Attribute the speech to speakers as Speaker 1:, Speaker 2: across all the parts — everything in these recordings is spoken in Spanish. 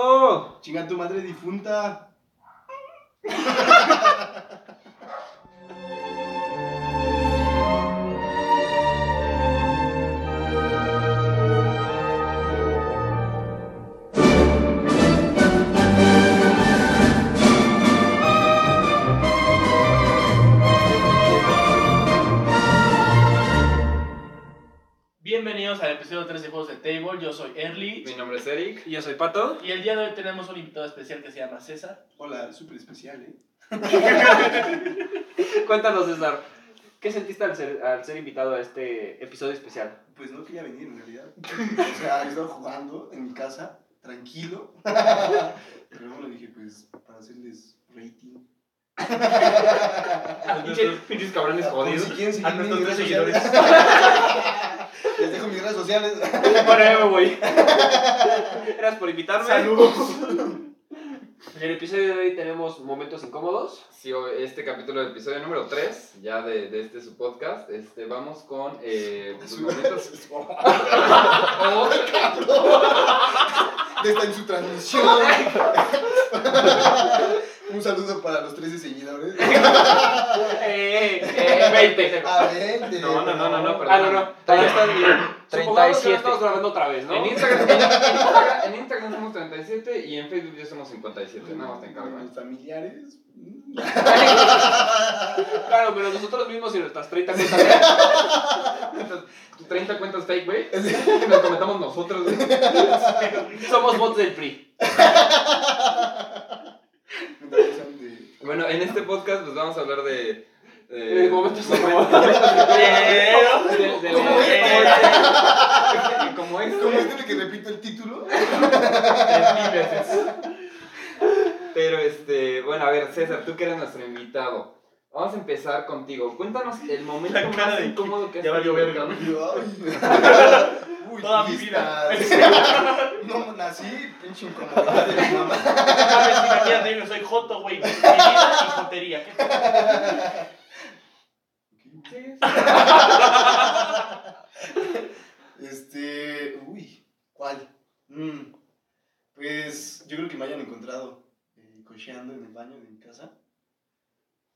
Speaker 1: difunto!
Speaker 2: Chinga tu madre difunta.
Speaker 3: Bienvenidos al episodio 3 de Juegos de Table. Yo soy Early.
Speaker 4: Mi nombre es Eric.
Speaker 1: Y yo soy Pato.
Speaker 3: Y el día de hoy tenemos un invitado especial que se llama César.
Speaker 2: Hola, súper especial, ¿eh?
Speaker 4: Cuéntanos, César, ¿qué sentiste al ser, al ser invitado a este episodio especial?
Speaker 2: Pues no quería venir en realidad. O sea, he estado jugando en mi casa, tranquilo. Pero luego le dije, pues, para hacerles rating.
Speaker 4: Ah, pinches- Pinches cabrones
Speaker 2: Por
Speaker 4: jodidos.
Speaker 2: si quieren
Speaker 1: A
Speaker 2: seguirme en
Speaker 1: nuestros
Speaker 2: mis
Speaker 1: tres seguidores.
Speaker 2: redes sociales. Les dejo mis redes sociales.
Speaker 4: Para me voy. Gracias por invitarme.
Speaker 2: Saludos.
Speaker 4: En el episodio de hoy tenemos momentos incómodos. Sí, o- este capítulo, episodio número 3, ya de, de este su podcast, este, vamos con eh, pues, momentos... o-
Speaker 2: Oh, Está en su transmisión. Un saludo para los 13 seguidores.
Speaker 4: eh, eh, eh, 20.
Speaker 2: A 20.
Speaker 4: No, no, no, no, no, perdón.
Speaker 1: Ah, no, no. Todavía estás bien. Supongamos que lo
Speaker 5: 37.
Speaker 1: estamos grabando otra vez, ¿no?
Speaker 4: En Instagram, en Instagram- en Instagram somos 37 y en Facebook ya somos 57, nada más te encargo. ¿eh?
Speaker 2: Los familiares. mm.
Speaker 1: Claro, pero nosotros mismos y nuestras 30 cuentas.
Speaker 4: 30 cuentas fake, güey. que Nos comentamos nosotros, güey.
Speaker 1: Somos bots del
Speaker 4: Eh,
Speaker 1: PRI.
Speaker 2: Entonces, son de-
Speaker 4: Bueno, en este podcast pues vamos a hablar de...
Speaker 1: Eh, momentos incómodos.
Speaker 4: de- de- de-
Speaker 2: ¿Cómo
Speaker 4: de- Como es,
Speaker 2: Como este de que repito el título.
Speaker 4: Pero este, bueno, a ver, César, tú que eres nuestro invitado. Vamos a empezar contigo. Cuéntanos el momento
Speaker 3: La cara
Speaker 4: más
Speaker 3: de-
Speaker 4: incómodo que has
Speaker 3: ya valió
Speaker 4: tenido,
Speaker 3: verga.
Speaker 2: Yo, ay. Uy,
Speaker 3: Toda mi
Speaker 2: listas. No, nací, pinche incomodidad de mi mamá.
Speaker 3: Sabes, imagínate, yo soy Joto, güey. Mi vida y jotería. ¿Qué tal?
Speaker 2: Este. Uy, ¿cuál? Mm, pues yo creo que me hayan encontrado eh, cocheando en el baño de mi casa.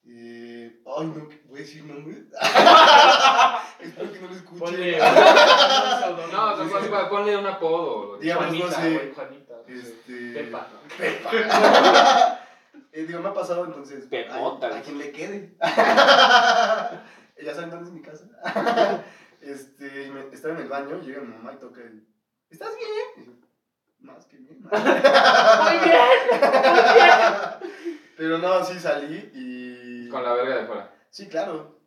Speaker 2: Eh, ay, no, voy a decir nombres. Espero que no lo escuchen.
Speaker 3: Ponle.
Speaker 4: No, no, no, no, pues, ponle un apodo. güey.
Speaker 2: Digamos, no
Speaker 3: Juanita,
Speaker 2: sé.
Speaker 3: güey. Juanita.
Speaker 2: Este.
Speaker 3: Pepa.
Speaker 2: Eh, digo, me ha pasado entonces.
Speaker 1: Pepota,
Speaker 2: A,
Speaker 1: güey.
Speaker 2: a quien le quede. ya saben dónde es mi casa. este, y me- estaba en el baño, llega mi mamá y toca el. ¿Estás bien? Y yo, Más que bien.
Speaker 3: Muy bien.
Speaker 2: Pero no, sí salí y.
Speaker 4: Con la verga de fuera.
Speaker 2: Sí, claro.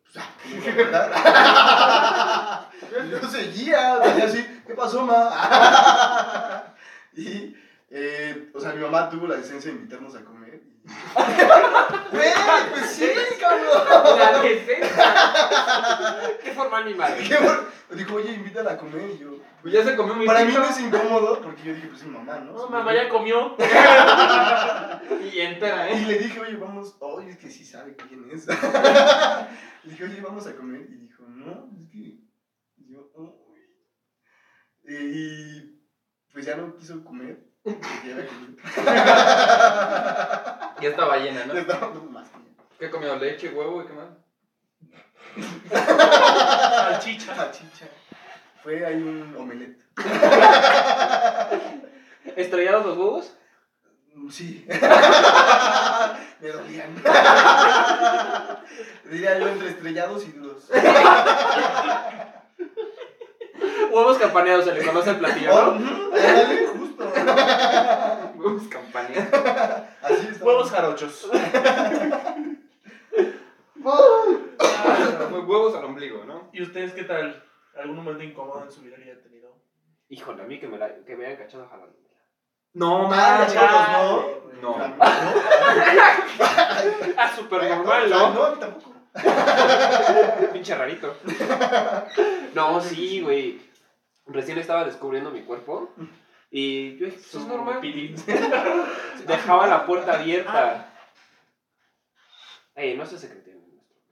Speaker 2: Yo seguía, o sea, yo así, ¿qué pasó, ma? y, eh, o sea, mi mamá tuvo la decencia de invitarnos a comer. ¡Güey, pues sí, cabrón!
Speaker 1: La defensa. Qué formal mi madre.
Speaker 2: Qué bueno. Dijo, oye, invítala a comer, y yo...
Speaker 4: Pues ya se comió mi
Speaker 2: Para mí
Speaker 4: pito
Speaker 2: no es incómodo, porque yo dije, pues es mi mamá, ¿no?
Speaker 3: No, mamá ya comió.
Speaker 4: y entera,
Speaker 2: Y
Speaker 4: ¿eh?
Speaker 2: le dije, oye, vamos, oye, es que sí sabe quién es. le dije, oye, vamos a comer. Y dijo, no, es que. y yo, uy. Eh, Y pues ya no quiso comer. porque ya había comido.
Speaker 4: Ya estaba llena,
Speaker 2: Le
Speaker 4: ¿no?
Speaker 2: estaba dando más que ya.
Speaker 4: ¿Qué comió? ¿Leche, huevo y qué más?
Speaker 3: Salchicha.
Speaker 2: Salchicha. Fue ahí un omelette.
Speaker 1: ¿Estrellados los huevos?
Speaker 2: Mm, Sí. Me dolían. Diría yo entre estrellados y duros.
Speaker 1: Huevos campaneados, se le conoce al platillo, ¿no?
Speaker 2: Oh, ándale, justo.
Speaker 4: Huevos campanía.
Speaker 2: Así está.
Speaker 3: Huevos jarochos.
Speaker 4: Huevos al ombligo, ¿no?
Speaker 3: ¿Y ustedes qué tal? ¿Algún momento incómodo en su vida que hayan tenido?
Speaker 1: Híjole, a mí que me, la, que me hayan cachado jalando.
Speaker 4: No,
Speaker 2: Ah,
Speaker 4: manches.
Speaker 2: chicos,
Speaker 4: No.
Speaker 2: no. No.
Speaker 1: Ah, súper normal, ¿no?
Speaker 2: No, a mí tampoco.
Speaker 1: Pinche rarito. No, sí, güey. Recién estaba descubriendo mi cuerpo. Y yo dije, eso es normal.
Speaker 3: Pilín.
Speaker 1: Ah. Dejaba la puerta abierta. Ey, no se secreten.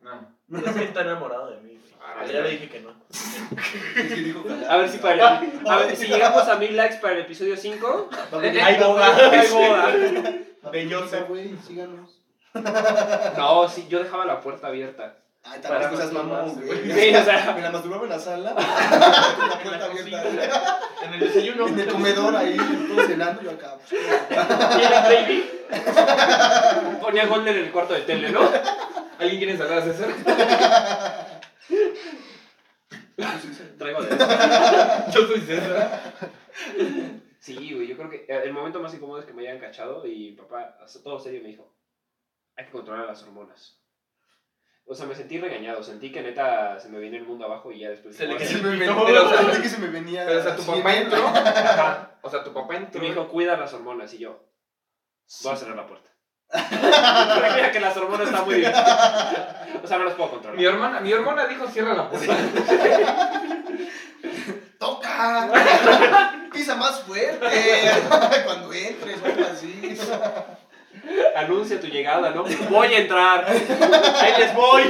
Speaker 4: No.
Speaker 3: Es que está enamorado de mí, güey.
Speaker 4: Ah,
Speaker 3: ya le dije que no.
Speaker 2: Es que dijo, ojalá.
Speaker 1: A ver si para. A ver, si llegamos a mil likes para el episodio 5,
Speaker 2: Va a venir
Speaker 3: Hay
Speaker 2: Pablito,
Speaker 3: boda.
Speaker 2: güey.
Speaker 1: hay boda.
Speaker 2: Va a
Speaker 3: De
Speaker 2: venir
Speaker 3: Joseph.
Speaker 2: Pablito, güey, síganos.
Speaker 1: No, sí, yo dejaba la puerta abierta.
Speaker 2: Ay,
Speaker 1: Para
Speaker 2: tampoco seas mamón,
Speaker 1: masturbarse,
Speaker 2: güey.
Speaker 1: Sí, o sea.
Speaker 2: Me la masturbaba en la sala. con la puerta abierta.
Speaker 3: En el desayuno.
Speaker 2: En el comedor ahí, todo cenando yo acá.
Speaker 3: ¿Quieren baby?
Speaker 1: Ponía gol en el cuarto de tele, ¿no?
Speaker 4: ¿Alguien quiere ensalada César?
Speaker 1: Traigo de.
Speaker 4: Yo soy César.
Speaker 1: Sí, güey, yo creo que eh, el momento más incómodo es que me hayan cachado y mi papá, hasta todo serio, me dijo: hay que controlar las hormonas. O sea, me sentí regañado, sentí que neta se me vino el mundo abajo y ya después.
Speaker 3: Se le
Speaker 2: Se
Speaker 1: Y
Speaker 2: me venía,
Speaker 3: No.
Speaker 2: pero sentí que se me venía.
Speaker 4: Pero o sea, tu
Speaker 2: así,
Speaker 4: papá
Speaker 2: negro.
Speaker 4: entró. Ajá. O sea, tu papá entró.
Speaker 1: me dijo: cuida las hormonas. Y yo, voy a cerrar la puerta. Porque mira que las hormonas están muy bien. O sea, no las puedo
Speaker 4: Mi
Speaker 1: controlar.
Speaker 4: hermana, mi hermana dijo cierra la puerta.
Speaker 2: ¡Toca! ¡Pisa más fuerte! Cuando entres, o algo así.
Speaker 1: Anuncia tu llegada, ¿no? Voy a entrar. Ahí les voy.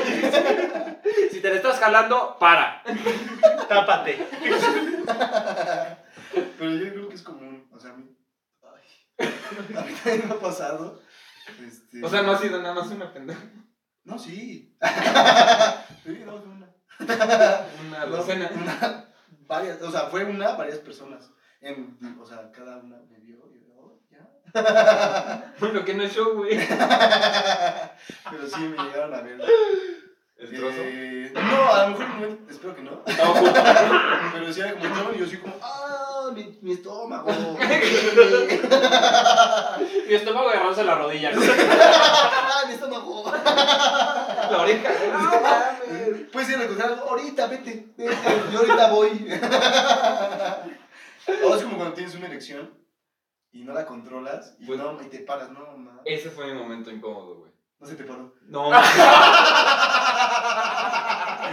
Speaker 1: Si te la estás jalando, para.
Speaker 3: Tápate.
Speaker 2: Pero yo creo que es común. O sea, a mí. ay, A mí también me ha pasado. Este,
Speaker 4: O sea, no ha sido nada más una pendeja.
Speaker 2: No, sí. Sí, no, fue una.
Speaker 4: Una
Speaker 2: No,
Speaker 4: docena.
Speaker 2: una- varias, o sea, fue una, varias personas. En, o sea, cada una me vio y yo, "Oh, ya.
Speaker 4: Bueno, que no es show, güey.
Speaker 2: Pero sí me llegaron a ver.
Speaker 4: El trozo.
Speaker 2: Eh, no, a lo mejor no, espero que no.
Speaker 1: Estaba junto.
Speaker 2: Pero sí era como yo y yo sí como, ah, mi, mi estómago.
Speaker 1: Mi estómago agarrándose la rodilla. ¿no?
Speaker 2: ah, mi estómago.
Speaker 4: La oreja. No mames.
Speaker 2: Puedes ir a encontrar algo, ahorita, vete, vete, yo ahorita voy. O es como cuando tienes una erección y no la controlas y,
Speaker 4: Pues-
Speaker 2: no, y te paras, no, ma.
Speaker 4: Ese fue mi momento incómodo, güey.
Speaker 2: No se te paró.
Speaker 4: No.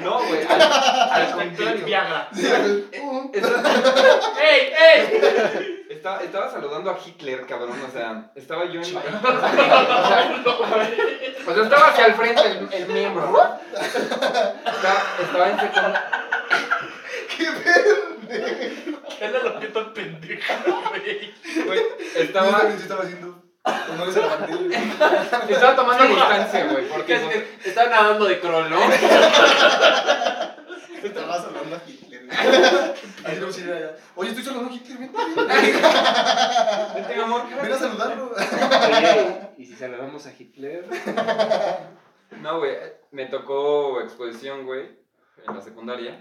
Speaker 4: No, güey. Al, al
Speaker 3: Al
Speaker 4: contrario.
Speaker 3: Viagra.
Speaker 4: Estaba,
Speaker 3: ¡Ey, ey!
Speaker 4: estaba, estaba saludando a Hitler, cabrón. O sea, estaba yo en. O sea, estaba hacia el frente el, el miembro, ¿no? Estaba, estaba en secundaria.
Speaker 2: ¡Qué verde!
Speaker 3: Era lo que tan pendeja, güey.
Speaker 4: güey,
Speaker 2: Estaba...
Speaker 4: Estaba,
Speaker 2: yo estaba haciendo. Como esa bandera.
Speaker 4: estaba tomando distancia, güey. Porque
Speaker 1: Casi que Estaba nadando de crawl, ¿no?
Speaker 2: Estaba saludando a Hitler. Así como si era ya, Oye, estoy saludando a Hitler, vente. Ven
Speaker 4: Vente, mi amor.
Speaker 2: a saludarlo.
Speaker 1: Oye, ¿y si saludamos a Hitler?
Speaker 4: No, güey, me tocó exposición, güey, en la secundaria.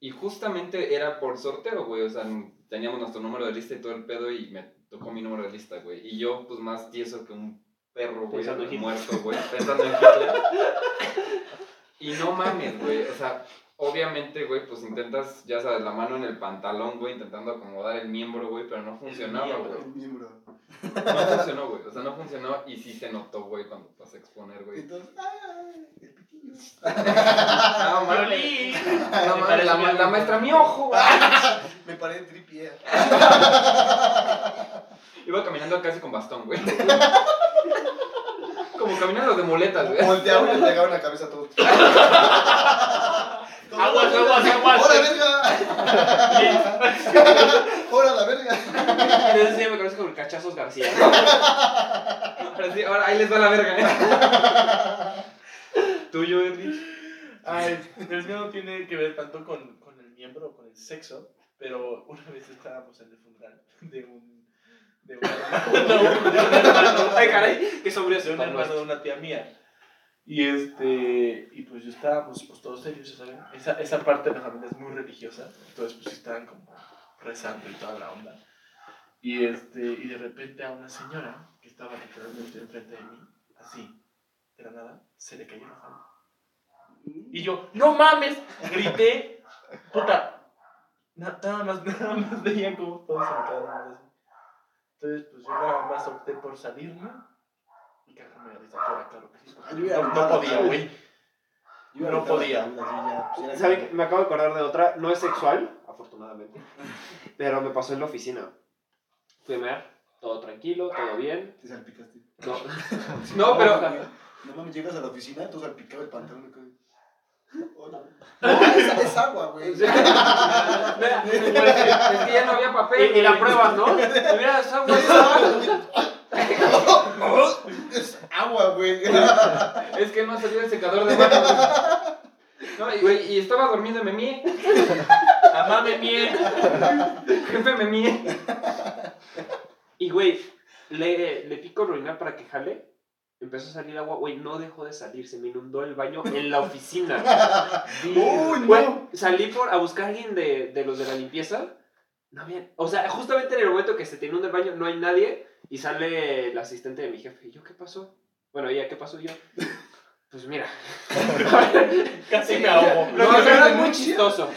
Speaker 4: Y justamente era por sorteo, güey. O sea, teníamos nuestro número de lista y todo el pedo y me tocó mi número de lista, güey. Y yo, pues, más tieso que un perro, güey,
Speaker 1: Pensando en Hitler.
Speaker 4: muerto, güey, pensando en Hitler. Y no mames, güey. O sea, obviamente, güey, pues intentas, ya sabes, la mano en el pantalón, güey, intentando acomodar el miembro, güey, pero no funcionaba,
Speaker 3: miembro.
Speaker 4: güey.
Speaker 2: El miembro.
Speaker 4: No funcionó, güey. O sea, no funcionó y sí se notó, güey, cuando pasé a exponer, güey.
Speaker 2: Entonces, ¡ay! El pitillo.
Speaker 4: No mames.
Speaker 3: Violín.
Speaker 4: No,
Speaker 3: Me
Speaker 4: mames,
Speaker 3: parece
Speaker 4: la,
Speaker 3: bien.
Speaker 4: ma- la maestra, mi ojo.
Speaker 2: Me paré en tripié.
Speaker 4: Iba caminando casi con bastón, güey. Como caminan los de muletas, güey.
Speaker 2: Voltearon y le pegaron la cabeza a todos.
Speaker 3: Aguas, aguas, aguas.
Speaker 2: ¡Hora, verga! ¡Hora, la verga!
Speaker 1: Entonces sí, me conoce como el cachazos García.
Speaker 4: Ahora sí, ahora ahí les va la verga, ¿eh? Tuyo, Erlich.
Speaker 3: Ay, el mío no tiene que ver tanto con, con el miembro o con el sexo, pero una vez estábamos en el funeral de un. de un, de un- de un hermano.
Speaker 1: Ay, caray, qué sombrío
Speaker 3: de
Speaker 1: se
Speaker 3: un hermano de una tía mía. Y este. Y pues yo estábamos pues, todos serios, ya ¿saben? Esa, esa parte de la familia es muy religiosa, entonces pues estaban como rezando y toda la onda. Y este. Y de repente a una señora que estaba literalmente enfrente de mí, así, de la nada, se le cayó la falda.
Speaker 2: Ah.
Speaker 3: Y yo, no mames, grité, puta. na- nada más, nada más veían cómo todos se me quedaron así. Entonces, pues yo nada más opté por salirme y cagarme de risa fuera, claro que sí. porque
Speaker 2: Yo hubiera
Speaker 3: No, no
Speaker 2: gritado,
Speaker 3: podía,
Speaker 2: ¿sabes?
Speaker 3: güey.
Speaker 2: Yo
Speaker 3: No podía.
Speaker 1: ¿Saben qué? Me acabo de acordar de otra, no es sexual, afortunadamente, pero me pasó en la oficina. Fui a mear, todo tranquilo, todo bien.
Speaker 2: Te salpicaste.
Speaker 1: No,
Speaker 4: No, pero.
Speaker 2: No mames, llegas a la oficina, tú salpicado el pantalón. No, es, es agua, güey.
Speaker 1: Es que ya no había papel. Y, la pruebas, ¿no? Mira, esa agua.
Speaker 2: Es agua, güey. Es agua, güey.
Speaker 4: Es que no ha salido el secador de manos. No, y, güey, y estaba dormido y me mié.
Speaker 1: Mamá me mié.
Speaker 4: Jefe, me mié.
Speaker 1: Y, güey, le, le pico ruinar para que jale. Empezó a salir agua, güey, no dejó de salir, se me inundó el baño en la oficina.
Speaker 2: Uy,
Speaker 1: Güey,
Speaker 2: no.
Speaker 1: salí por, a buscar a alguien de, de los de la limpieza. No había, o sea, justamente en el momento que se te inunda el baño no hay nadie y sale el asistente de mi jefe. ¿Y yo qué pasó? Bueno, ella, ¿qué pasó Y yo? Pues mira.
Speaker 3: Casi me ahogo.
Speaker 1: No,
Speaker 2: que
Speaker 1: la verdad,
Speaker 2: denuncia.
Speaker 1: muy chistoso.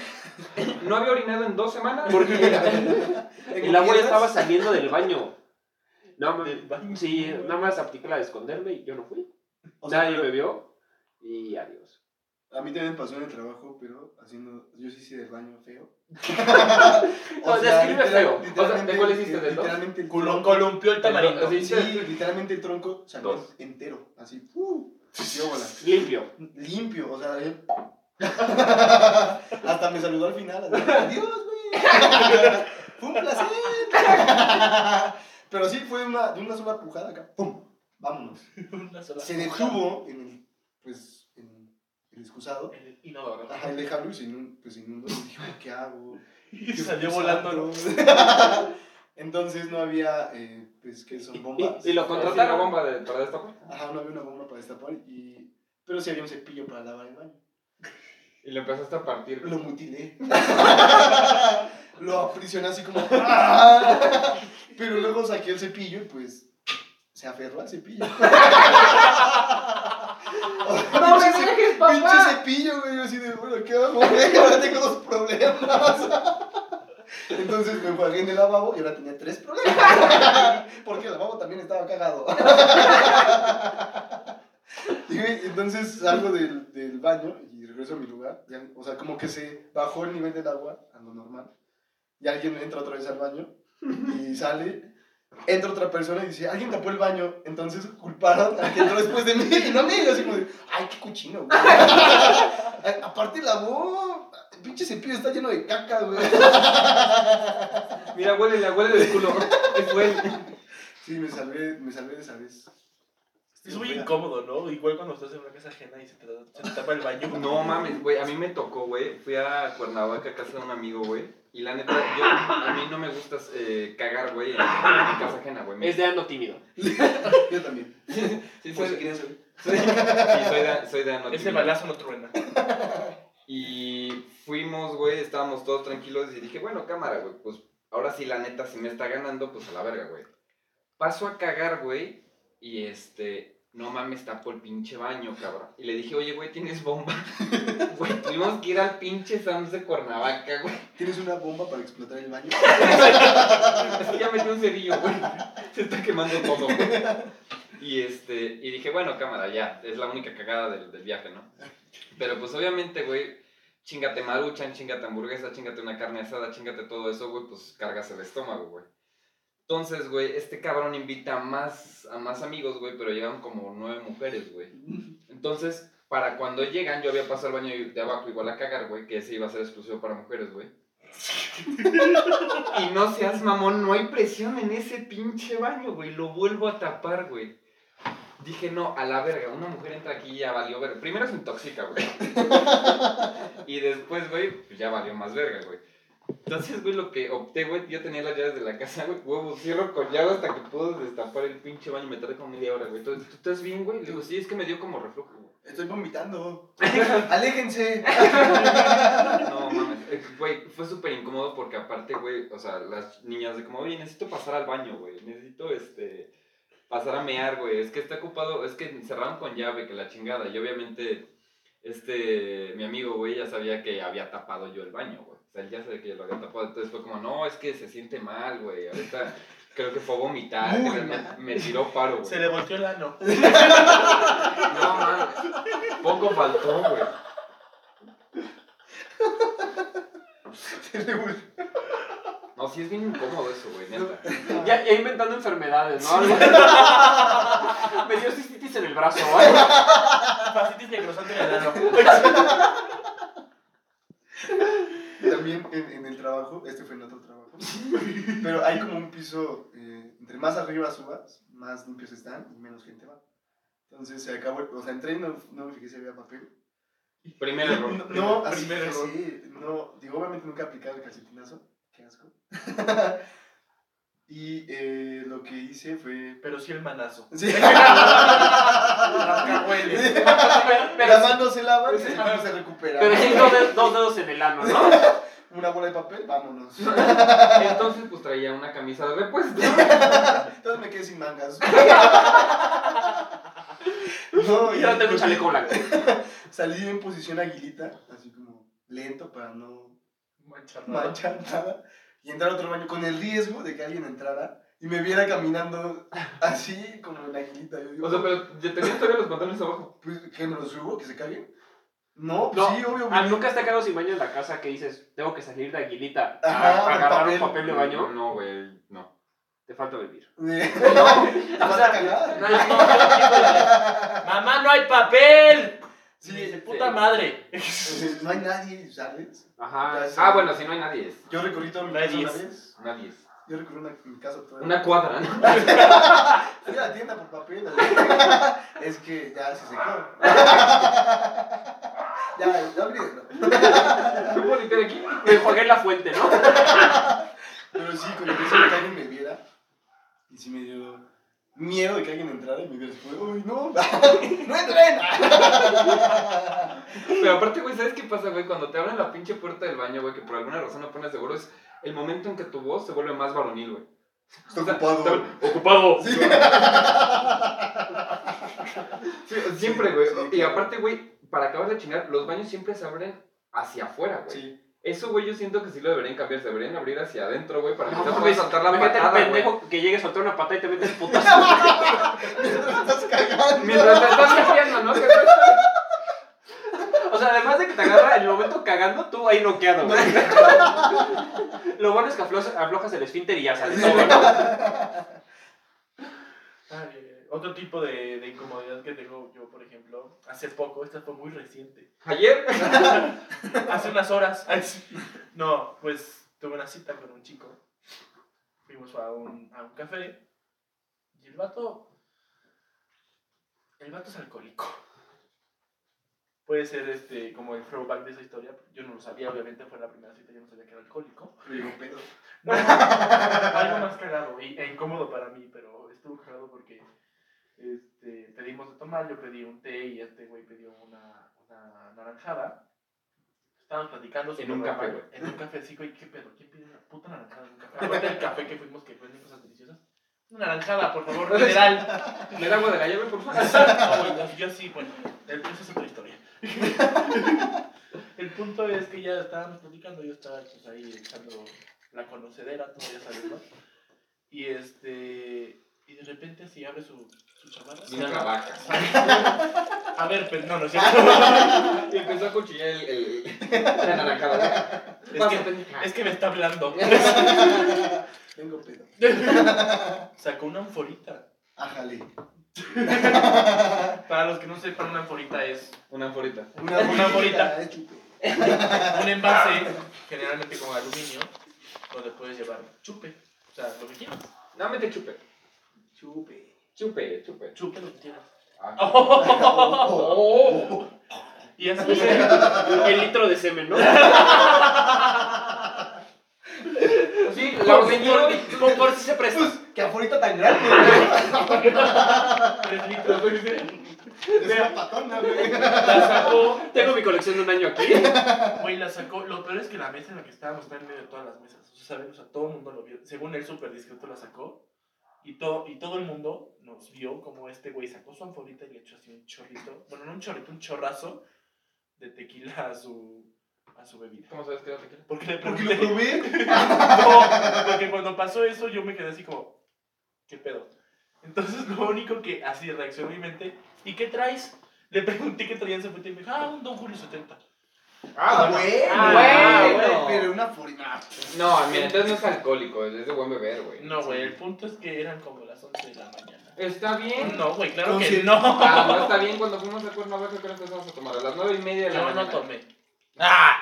Speaker 4: No había orinado en dos semanas.
Speaker 1: Porque el agua ya
Speaker 2: piedras?
Speaker 1: estaba saliendo del baño. No,
Speaker 3: Del baño.
Speaker 1: mames. Sí, nada más apliqué la de esconderme y yo no fui.
Speaker 2: O sea,
Speaker 1: Nadie me vio y adiós.
Speaker 2: A mí también me pasó en el trabajo, pero haciendo. Yo sí hice el baño feo.
Speaker 1: No, describe feo. O sea, ¿de
Speaker 2: literalmente
Speaker 4: cuál
Speaker 2: el-
Speaker 4: hiciste, del dos?
Speaker 2: Literalmente el
Speaker 3: Culo-
Speaker 2: tronco.
Speaker 3: Columpió el tamarindo.
Speaker 4: Así,
Speaker 2: Sí, literalmente el tronco salió
Speaker 4: Dos.
Speaker 2: entero. Así. ¡Uh! Yo bola.
Speaker 1: Limpio.
Speaker 2: Limpio, o sea. yo- Hasta me saludó al final. así, Adiós, güey. Fue un placer. pero sí, fue una, de una sola pujada acá. ¡Pum! Vámonos.
Speaker 3: Una sola
Speaker 2: Se
Speaker 3: cosa.
Speaker 2: detuvo en el. Pues. En el excusado.
Speaker 3: En el inodoro.
Speaker 2: Ajá, el de Jalu se inun- pues inundó y dijo, ¿qué hago?
Speaker 3: Y salió volando. ¿no?
Speaker 2: Entonces no había, eh, pues, que son bombas.
Speaker 1: Y, y lo contrataron.
Speaker 4: Contrataron bomba de, para destapar.
Speaker 2: Ajá, no había una bomba para destapar, y... pero sí había un cepillo para lavar el baño.
Speaker 4: Y le empezaste a partir.
Speaker 2: Lo mutilé. lo aprisioné así como... ¡ah! pero luego saqué el cepillo y pues se aferró al cepillo.
Speaker 4: ¡No me dejes,
Speaker 2: Pinche
Speaker 4: papá!
Speaker 2: cepillo, güey. Yo así de, bueno, ¿qué hago? güey? Ahora tengo dos problemas. Entonces me enjuagué en el lavabo y ahora tenía tres problemas. Porque el lavabo también estaba cagado. Y, güey, entonces salgo del, del baño y regreso a mi lugar. Ya, o sea, como que se bajó el nivel del agua a lo normal. Y alguien entra otra vez al baño y sale. Entra otra persona y dice, alguien tapó el baño. Entonces culparon al que entró después de mí. Y no me digas así como de, ay, qué cochino, güey. A- Aparte lavó. El pinche cepillo está lleno de caca, güey.
Speaker 4: Mira, huele, la huele del culo. ¿Qué fue?
Speaker 2: Sí, me salvé, me salvé de esa vez.
Speaker 3: Es muy incómodo, ¿no? Igual cuando estás en una casa ajena y se te, se te tapa el baño.
Speaker 4: No mames, güey, a mí me tocó, güey. Fui a Cuernavaca a casa de un amigo, güey. Y la neta, yo, a mí no me gusta eh, cagar, güey, en, en casa ajena, güey. Me-
Speaker 1: Es de ando tímido.
Speaker 2: Yo también.
Speaker 4: Sí,
Speaker 2: Por
Speaker 4: soy,
Speaker 2: si
Speaker 4: sí,
Speaker 2: querían saber.
Speaker 4: soy de, soy de anotimia.
Speaker 3: Ese balazo no truena.
Speaker 4: Y fuimos, güey, estábamos todos tranquilos y dije, bueno, cámara, güey, pues ahora sí, la neta, si me está ganando, pues a la verga, güey. Paso a cagar, güey, y este, no mames, tapó el pinche baño, cabrón. Y le dije, oye, güey, ¿tienes bomba? Güey, tuvimos que ir al pinche Sams de Cuernavaca, güey.
Speaker 2: ¿Tienes una bomba para explotar el baño?
Speaker 4: Es que ya metí un cerillo, güey. Se está quemando todo, güey. Y, este, y dije, bueno, cámara, ya. Es la única cagada del, del viaje, ¿no? Pero pues obviamente, güey, chingate maruchan, chingate hamburguesa, chingate una carne asada, chingate todo eso, güey, pues cargas el estómago, güey. Entonces, güey, este cabrón invita a más, a más amigos, güey, pero llegaron como nueve mujeres, güey. Entonces, para cuando llegan, yo había pasado el baño de abajo igual a cagar, güey, que ese iba a ser exclusivo para mujeres, güey. y no seas mamón, no hay presión en ese pinche baño, güey. Lo vuelvo a tapar, güey. Dije, no, a la verga, una mujer entra aquí y ya valió verga. Primero se intoxica, güey. y después, güey, pues ya valió más verga, güey. Entonces, güey, lo que opté, güey, yo tenía las llaves de la casa, güey, huevo, cierro con llave hasta que puedo destapar el pinche baño. Me tardé como media hora, güey. Entonces, ¿tú estás bien, güey? Le digo, sí, es que me dio como reflujo, güey.
Speaker 2: Estoy vomitando. ¡Aléjense!
Speaker 4: No, mames. Eh, Güey, fue súper incómodo porque aparte, güey, o sea, las niñas de como, oye, necesito pasar al baño, güey. Necesito, este, pasar a mear, güey. Es que está ocupado, es que cerraron con llave, que la chingada. Y obviamente, este, mi amigo, güey, ya sabía que había tapado yo el baño, güey. O sea, él ya sabía que yo lo había tapado. Entonces fue como, no, es que se siente mal, güey. Ahorita creo que fue a vomitar.
Speaker 2: Muy
Speaker 4: que me,
Speaker 2: mal.
Speaker 4: me tiró paro, güey.
Speaker 3: Se le volteó el ano.
Speaker 4: No mames. Poco faltó, güey.
Speaker 2: Se le vol-
Speaker 4: No, sí es bien incómodo eso, güey, neta.
Speaker 1: Ya, ya inventando enfermedades, ¿no? Me dio cistitis en el brazo, ¿eh? ¿vale?
Speaker 3: Facitis necrosante en el ano.
Speaker 2: También en, en el trabajo, este fue en otro trabajo, pero hay como un piso, eh, entre más arriba subas, más limpios están y menos gente va. Entonces se acabó, el- o sea, entré y no, no me fijé si había papel.
Speaker 4: Primer error.
Speaker 3: No,
Speaker 4: primer-
Speaker 2: No,
Speaker 3: Primer-
Speaker 2: así,
Speaker 3: primer error.
Speaker 2: así, no, digo, obviamente nunca he aplicado el calcetinazo, qué asco. y eh, lo que hice fue...
Speaker 3: Pero sí el manazo.
Speaker 2: Sí.
Speaker 3: Rascahueles.
Speaker 1: Pero, pero,
Speaker 2: la mano se lava y
Speaker 1: pero-
Speaker 2: el pelo se recupera.
Speaker 1: pero sí, dos, dedos- dos dedos en el ano, ¿no?
Speaker 2: Una bola de papel, vámonos.
Speaker 4: Entonces, pues traía una camisa de repuesto.
Speaker 2: Entonces me quedé sin mangas. no,
Speaker 1: Y ahora tengo un chaleco blanco.
Speaker 2: Salí en posición aguilita, así como lento para no
Speaker 3: Mancha rara.
Speaker 2: manchar nada. Y entrar a otro baño con el riesgo de que alguien entrara y me viera caminando así, como en aguilita. Yo digo,
Speaker 4: O sea, pero ya tenía todavía los pantalones abajo.
Speaker 2: pues, ¿qué me lo subo? ¿Que se caguen? No, pues
Speaker 1: No,
Speaker 2: sí, obvio.
Speaker 1: Ah,
Speaker 2: güey.
Speaker 1: ¿Nunca has te quedado sin baño en la casa que dices, tengo que salir de aguilita a-
Speaker 2: Ajá,
Speaker 1: a
Speaker 2: del
Speaker 1: agarrar un
Speaker 2: papel.
Speaker 1: papel de baño?
Speaker 4: No, güey, no.
Speaker 1: Te falta vivir.
Speaker 2: ¿Te vas a cagar?
Speaker 4: Ah,
Speaker 3: Mamá, no hay papel.
Speaker 2: Sí,
Speaker 3: Sí, de
Speaker 2: sí.
Speaker 3: puta madre.
Speaker 2: No hay nadie, ¿sabes?
Speaker 1: Ajá.
Speaker 2: Ya sé.
Speaker 4: Ah, bueno, si no hay nadie es.
Speaker 2: Yo recorrí toda mi
Speaker 3: Nadie
Speaker 2: casa una
Speaker 3: es.
Speaker 2: vez.
Speaker 4: Nadie es.
Speaker 2: Yo recorrí una, mi casa toda.
Speaker 4: Una cuadra, ¿no?
Speaker 2: Fui a la tienda por papel. es que ya se secó. ya, ya olvídelo.
Speaker 4: ¿Qué puedo limpiar aquí?
Speaker 1: Me enjuagué en la fuente, ¿no?
Speaker 2: Pero sí, con el riesgo de que alguien me viera. Y sí me dio miedo de que alguien entrara y me viera así como, ¡Uy, no! ¡No entren!
Speaker 4: Pero aparte, güey, ¿sabes qué pasa, güey? Cuando te abren la pinche puerta del baño, güey, que por alguna razón no pones seguro, es el momento en que tu voz se vuelve más varonil, güey.
Speaker 2: Estoy ocupado.
Speaker 1: Ocupado.
Speaker 2: Sí.
Speaker 4: Sí, siempre, güey.
Speaker 2: sí,
Speaker 4: y
Speaker 2: claro.
Speaker 4: aparte, güey, para acabar de chingar, los baños siempre se abren hacia afuera, güey.
Speaker 2: Sí.
Speaker 4: Eso, güey, yo siento que sí lo deberían cambiar. Se deberían abrir hacia adentro, güey, para que
Speaker 1: No,
Speaker 4: no pueda
Speaker 1: mames,
Speaker 4: saltar la
Speaker 1: Imagínate el
Speaker 4: patada, güey.
Speaker 1: pendejo que llegue a soltar una patada y te mete el putazo.
Speaker 2: Estás cagando.
Speaker 4: Mientras te estás limpiando, ¿no? Que no-
Speaker 1: O sea, además de que te agarra en el momento cagando, tú ahí noqueado, güey. Lo bueno es que aflojas, aflojas el esfínter y ya sales.
Speaker 3: Ay, eh, Otro tipo de, de incomodidad que tengo yo, por ejemplo, hace poco, esta fue muy reciente.
Speaker 4: Ayer,
Speaker 3: Hace unas horas. Ay, sí. No, pues tuve una cita con un chico. Fuimos a un, a un café. Y el vato. El vato es alcohólico. Puede ser este como el throwback de esa historia. Yo no lo sabía, obviamente fue la primera cita, yo no sabía que era alcohólico.
Speaker 2: Me digo, pedo.
Speaker 3: No, algo más cagado y, e incómodo para mí, pero estuvo cagado porque este, pedimos de tomar, yo pedí un té y este güey pidió una, una naranjada. Estábamos platicando súper
Speaker 4: un café,
Speaker 3: normal. En un café, sí, güey, qué pedo, ¿quién pide una puta naranjada en un café? Aparte del café que fuimos que venden cosas deliciosas. Una naranjada, por favor, general.
Speaker 4: me da agua de la llave, por favor.
Speaker 3: Exacto, güey, Yo sí, Ah, bueno, el- esa es otra historia. El punto es que ya estábamos platicando, yo estaba pues, ahí echando la conocedera, tú ya sabes, ¿no? Y este. Y de repente así abre su, su chamarra.
Speaker 4: Mira la vaca.
Speaker 3: A ver, pues no, no es cierto.
Speaker 4: Y empezó a cuchillar el, el, la naranjada.
Speaker 3: Es que, es que me está hablando.
Speaker 2: Tengo pedo.
Speaker 3: Sacó una anforita.
Speaker 2: Ájale.
Speaker 3: Para los que no sepan, una anforita es
Speaker 4: Una anforita.
Speaker 2: Una,
Speaker 3: Una bolita.
Speaker 2: de chupe.
Speaker 3: un envase, generalmente con aluminio, donde puedes llevar chupe. O sea, lo que quieras.
Speaker 4: No, mete chupe.
Speaker 2: Chupe.
Speaker 4: Chupe, chupe.
Speaker 3: Chupe lo que quieras.
Speaker 4: Ah.
Speaker 1: Oh,
Speaker 3: Y así
Speaker 1: el litro de semen, ¿no?
Speaker 4: Sí, la
Speaker 1: Por,
Speaker 4: ordeñó.
Speaker 1: por, por, por si se presta.
Speaker 2: Pues, que aforita tan grande, güey.
Speaker 3: tres litros. güey.
Speaker 2: Es una patona, güey.
Speaker 3: La sacó,
Speaker 1: Tengo mi colección de un año aquí.
Speaker 3: güey, la sacó. Lo peor es que la mesa en la que estábamos está en medio de todas las mesas. O sea, ¿saben? O sea, todo el mundo lo vio. Según él, súper discreto la sacó. Y, todo y todo el mundo nos vio como este güey sacó su anforita y le echó así un chorrito. Bueno, no un chorrito, un chorrazo de tequila a su, a su bebida.
Speaker 4: ¿Cómo sabes que era tequila?
Speaker 3: Porque le
Speaker 2: Porque lo
Speaker 3: pregunté.
Speaker 2: probé.
Speaker 3: No, porque cuando pasó eso yo me quedé así como, ¿qué pedo? Entonces lo único que así reaccionó mi mente, ¿y qué traes? Le pregunté qué traía en su puta y me dijo, ah, un Don Julio 70.
Speaker 1: Ah, bueno. Ah,
Speaker 5: bueno.
Speaker 2: güey, Pero una Ah. furina.
Speaker 4: No, mira, entonces no es alcohólico, es de buen beber, güey.
Speaker 3: No, güey, el punto es que eran como las 11 de la mañana.
Speaker 4: Está bien.
Speaker 3: No, güey, claro
Speaker 2: Entonces-
Speaker 3: que no.
Speaker 4: Ah, no está bien. Cuando fuimos a Cuernavaca, creo que empezamos a tomar a las nueve y media de la
Speaker 3: Yo
Speaker 4: mañana.
Speaker 3: no tomé. Ah,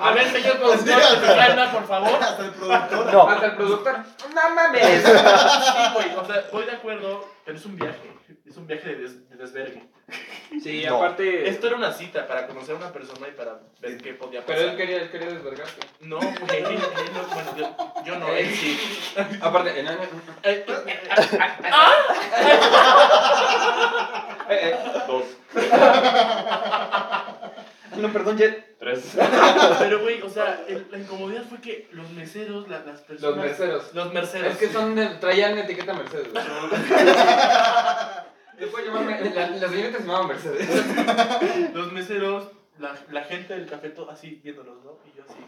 Speaker 2: ¿Ahora?
Speaker 3: A ver, señor productor, calma, por favor.
Speaker 2: Hasta el productor.
Speaker 5: No.
Speaker 4: Hasta el productor. ¡No mames!
Speaker 3: Sí, güey, o sea, voy de acuerdo, pero es un viaje. Es un viaje de, des- de desvergue.
Speaker 1: Sí,
Speaker 5: No.
Speaker 1: aparte.
Speaker 3: Esto era una cita para conocer a una persona y para ver qué podía
Speaker 4: Pero él
Speaker 3: pasar.
Speaker 4: quería, él quería desvergarse.
Speaker 3: No, güey, él no- bueno, yo, yo no, él sí.
Speaker 4: Aparte, en año.
Speaker 3: Eh,
Speaker 1: Dos.
Speaker 5: No, perdón, Jet.
Speaker 1: Tres.
Speaker 3: Pero, güey, o sea, el- la incomodidad fue que los meseros, la- las personas...
Speaker 4: Los merceros.
Speaker 3: Los merceros.
Speaker 4: Es que
Speaker 3: sí.
Speaker 4: son de- traían etiqueta Mercedes. güey. Le puedo llamarme. La, la señorita se llamaba Mercedes.
Speaker 3: Los meseros, la, la gente del café, todo así viéndolos, ¿no? Y yo así.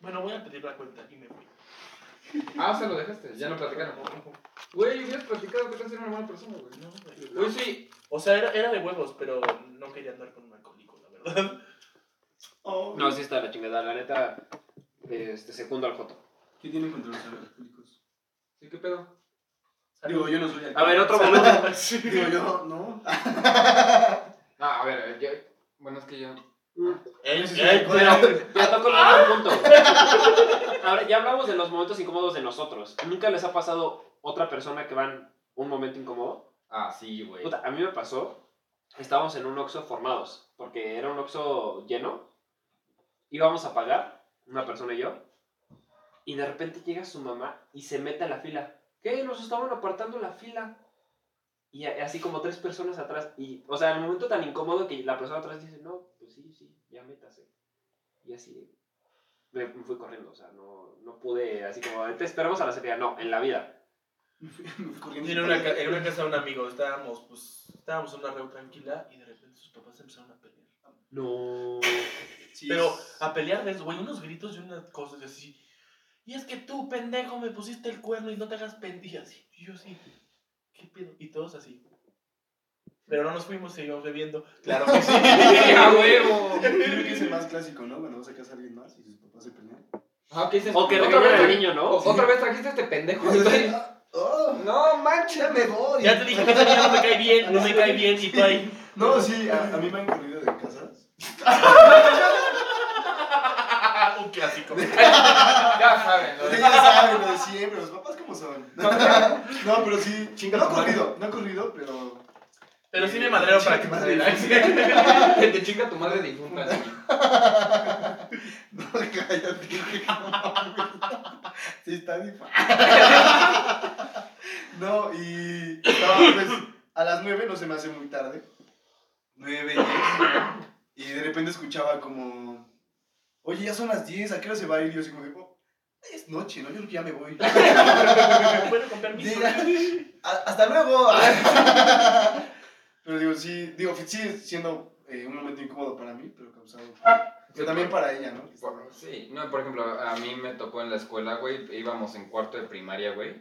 Speaker 3: Bueno, voy a pedir la cuenta y me fui.
Speaker 4: Ah, o sea, lo dejaste. Ya no platicaron. Güey, hubieras platicado que te ser una buena persona, güey.
Speaker 3: No, güey.
Speaker 4: Uy, sí.
Speaker 3: O sea, era, era de huevos, pero no quería andar con un alcohólico, la verdad.
Speaker 2: Oh.
Speaker 1: No, sí está la chingada. La neta, este, segundo al Joto.
Speaker 2: ¿Qué tienen contra los alcohólicos?
Speaker 4: Sí, ¿qué pedo?
Speaker 2: Digo, yo no soy alcohólico.
Speaker 1: A ver, otro momento.
Speaker 2: Digo, yo no. Ah,
Speaker 4: No, Ah, a ver, yo. Bueno, es que yo.
Speaker 3: Él-
Speaker 2: Yo sí soy
Speaker 3: él-
Speaker 2: alcohólico.
Speaker 1: Ya tocó el otro punto. Ahora, ya hablamos de los momentos incómodos de nosotros. ¿Nunca les ha pasado otra persona que van un momento incómodo?
Speaker 4: Ah, sí, güey.
Speaker 1: Puta, a mí me pasó, estábamos en un Oxxo formados, porque era un Oxxo lleno, íbamos a pagar, una persona y yo, y de repente llega su mamá y se mete a la fila. ¿Qué? Nos estaban apartando la fila. Y a- así como tres personas atrás. Y, o sea, en el momento tan incómodo que la persona atrás dice, no, pues sí, sí, ya métase. Y así me me fui corriendo, o sea, no, no pude, así como, te esperamos a la salida, no, en la vida.
Speaker 3: En una, ca- eh, en una casa de un amigo, estábamos, pues, estábamos en una reunión tranquila y de repente sus papás empezaron a pelear.
Speaker 1: No.
Speaker 3: Pero ah, a pelearles, güey, unos gritos y unas cosas así. Y es que tú, pendejo, me pusiste el cuerno y no te hagas pendeja. así. Y yo así, ¿qué pedo? Y todos así. Pero no nos fuimos, seguimos bebiendo. Claro que sí.
Speaker 4: ¡A huevo!
Speaker 2: Creo que es el más clásico, ¿no? Cuando vas a casa a alguien más y sus papás se pelean.
Speaker 4: Ah, ¿qué dices?
Speaker 1: O que
Speaker 4: otra
Speaker 1: regañan al
Speaker 4: vez,
Speaker 1: niño, ¿no?
Speaker 4: o- otra vez trajiste a este pendejo.
Speaker 2: Oh,
Speaker 4: No manches.
Speaker 2: ya me voy.
Speaker 3: ya te dije que esa niña no me cae bien, no me cae bien. Y tú ahí,
Speaker 2: No, sí, a, a mí me han corrido de casas.
Speaker 3: ah, un clásico.
Speaker 4: Ya saben, lo
Speaker 2: Ustedes
Speaker 4: de-
Speaker 2: ya saben, lo de siempre, los papás como son. No, pero sí,
Speaker 5: Chinga
Speaker 2: no ha
Speaker 5: tu madre.
Speaker 2: corrido, no ha corrido, pero...
Speaker 3: Pero sí me madrearon para que
Speaker 2: Madre.
Speaker 3: madreara.
Speaker 4: que te chinga tu madre difunta. sí.
Speaker 2: No, cállate. no mames. Sí, está difa. No, y... No, pues, a las nueve no se me hace muy tarde. Nueve, diez. Y de repente escuchaba como... Oye, ya son las diez, ¿a qué hora se va a ir? Y yo así como de... "Oh, es noche, ¿no? Yo creo que ya me voy.
Speaker 3: Bueno, con permiso.
Speaker 2: Llega, "A- Hasta luego. Pero digo, sí, digo, sí, siendo eh, un momento incómodo para mí, pero causado. Pero también para ella, ¿no? Que estaba-
Speaker 4: Por- Sí, no, por ejemplo, a mí me tocó en la escuela, güey, íbamos en cuarto de primaria, güey.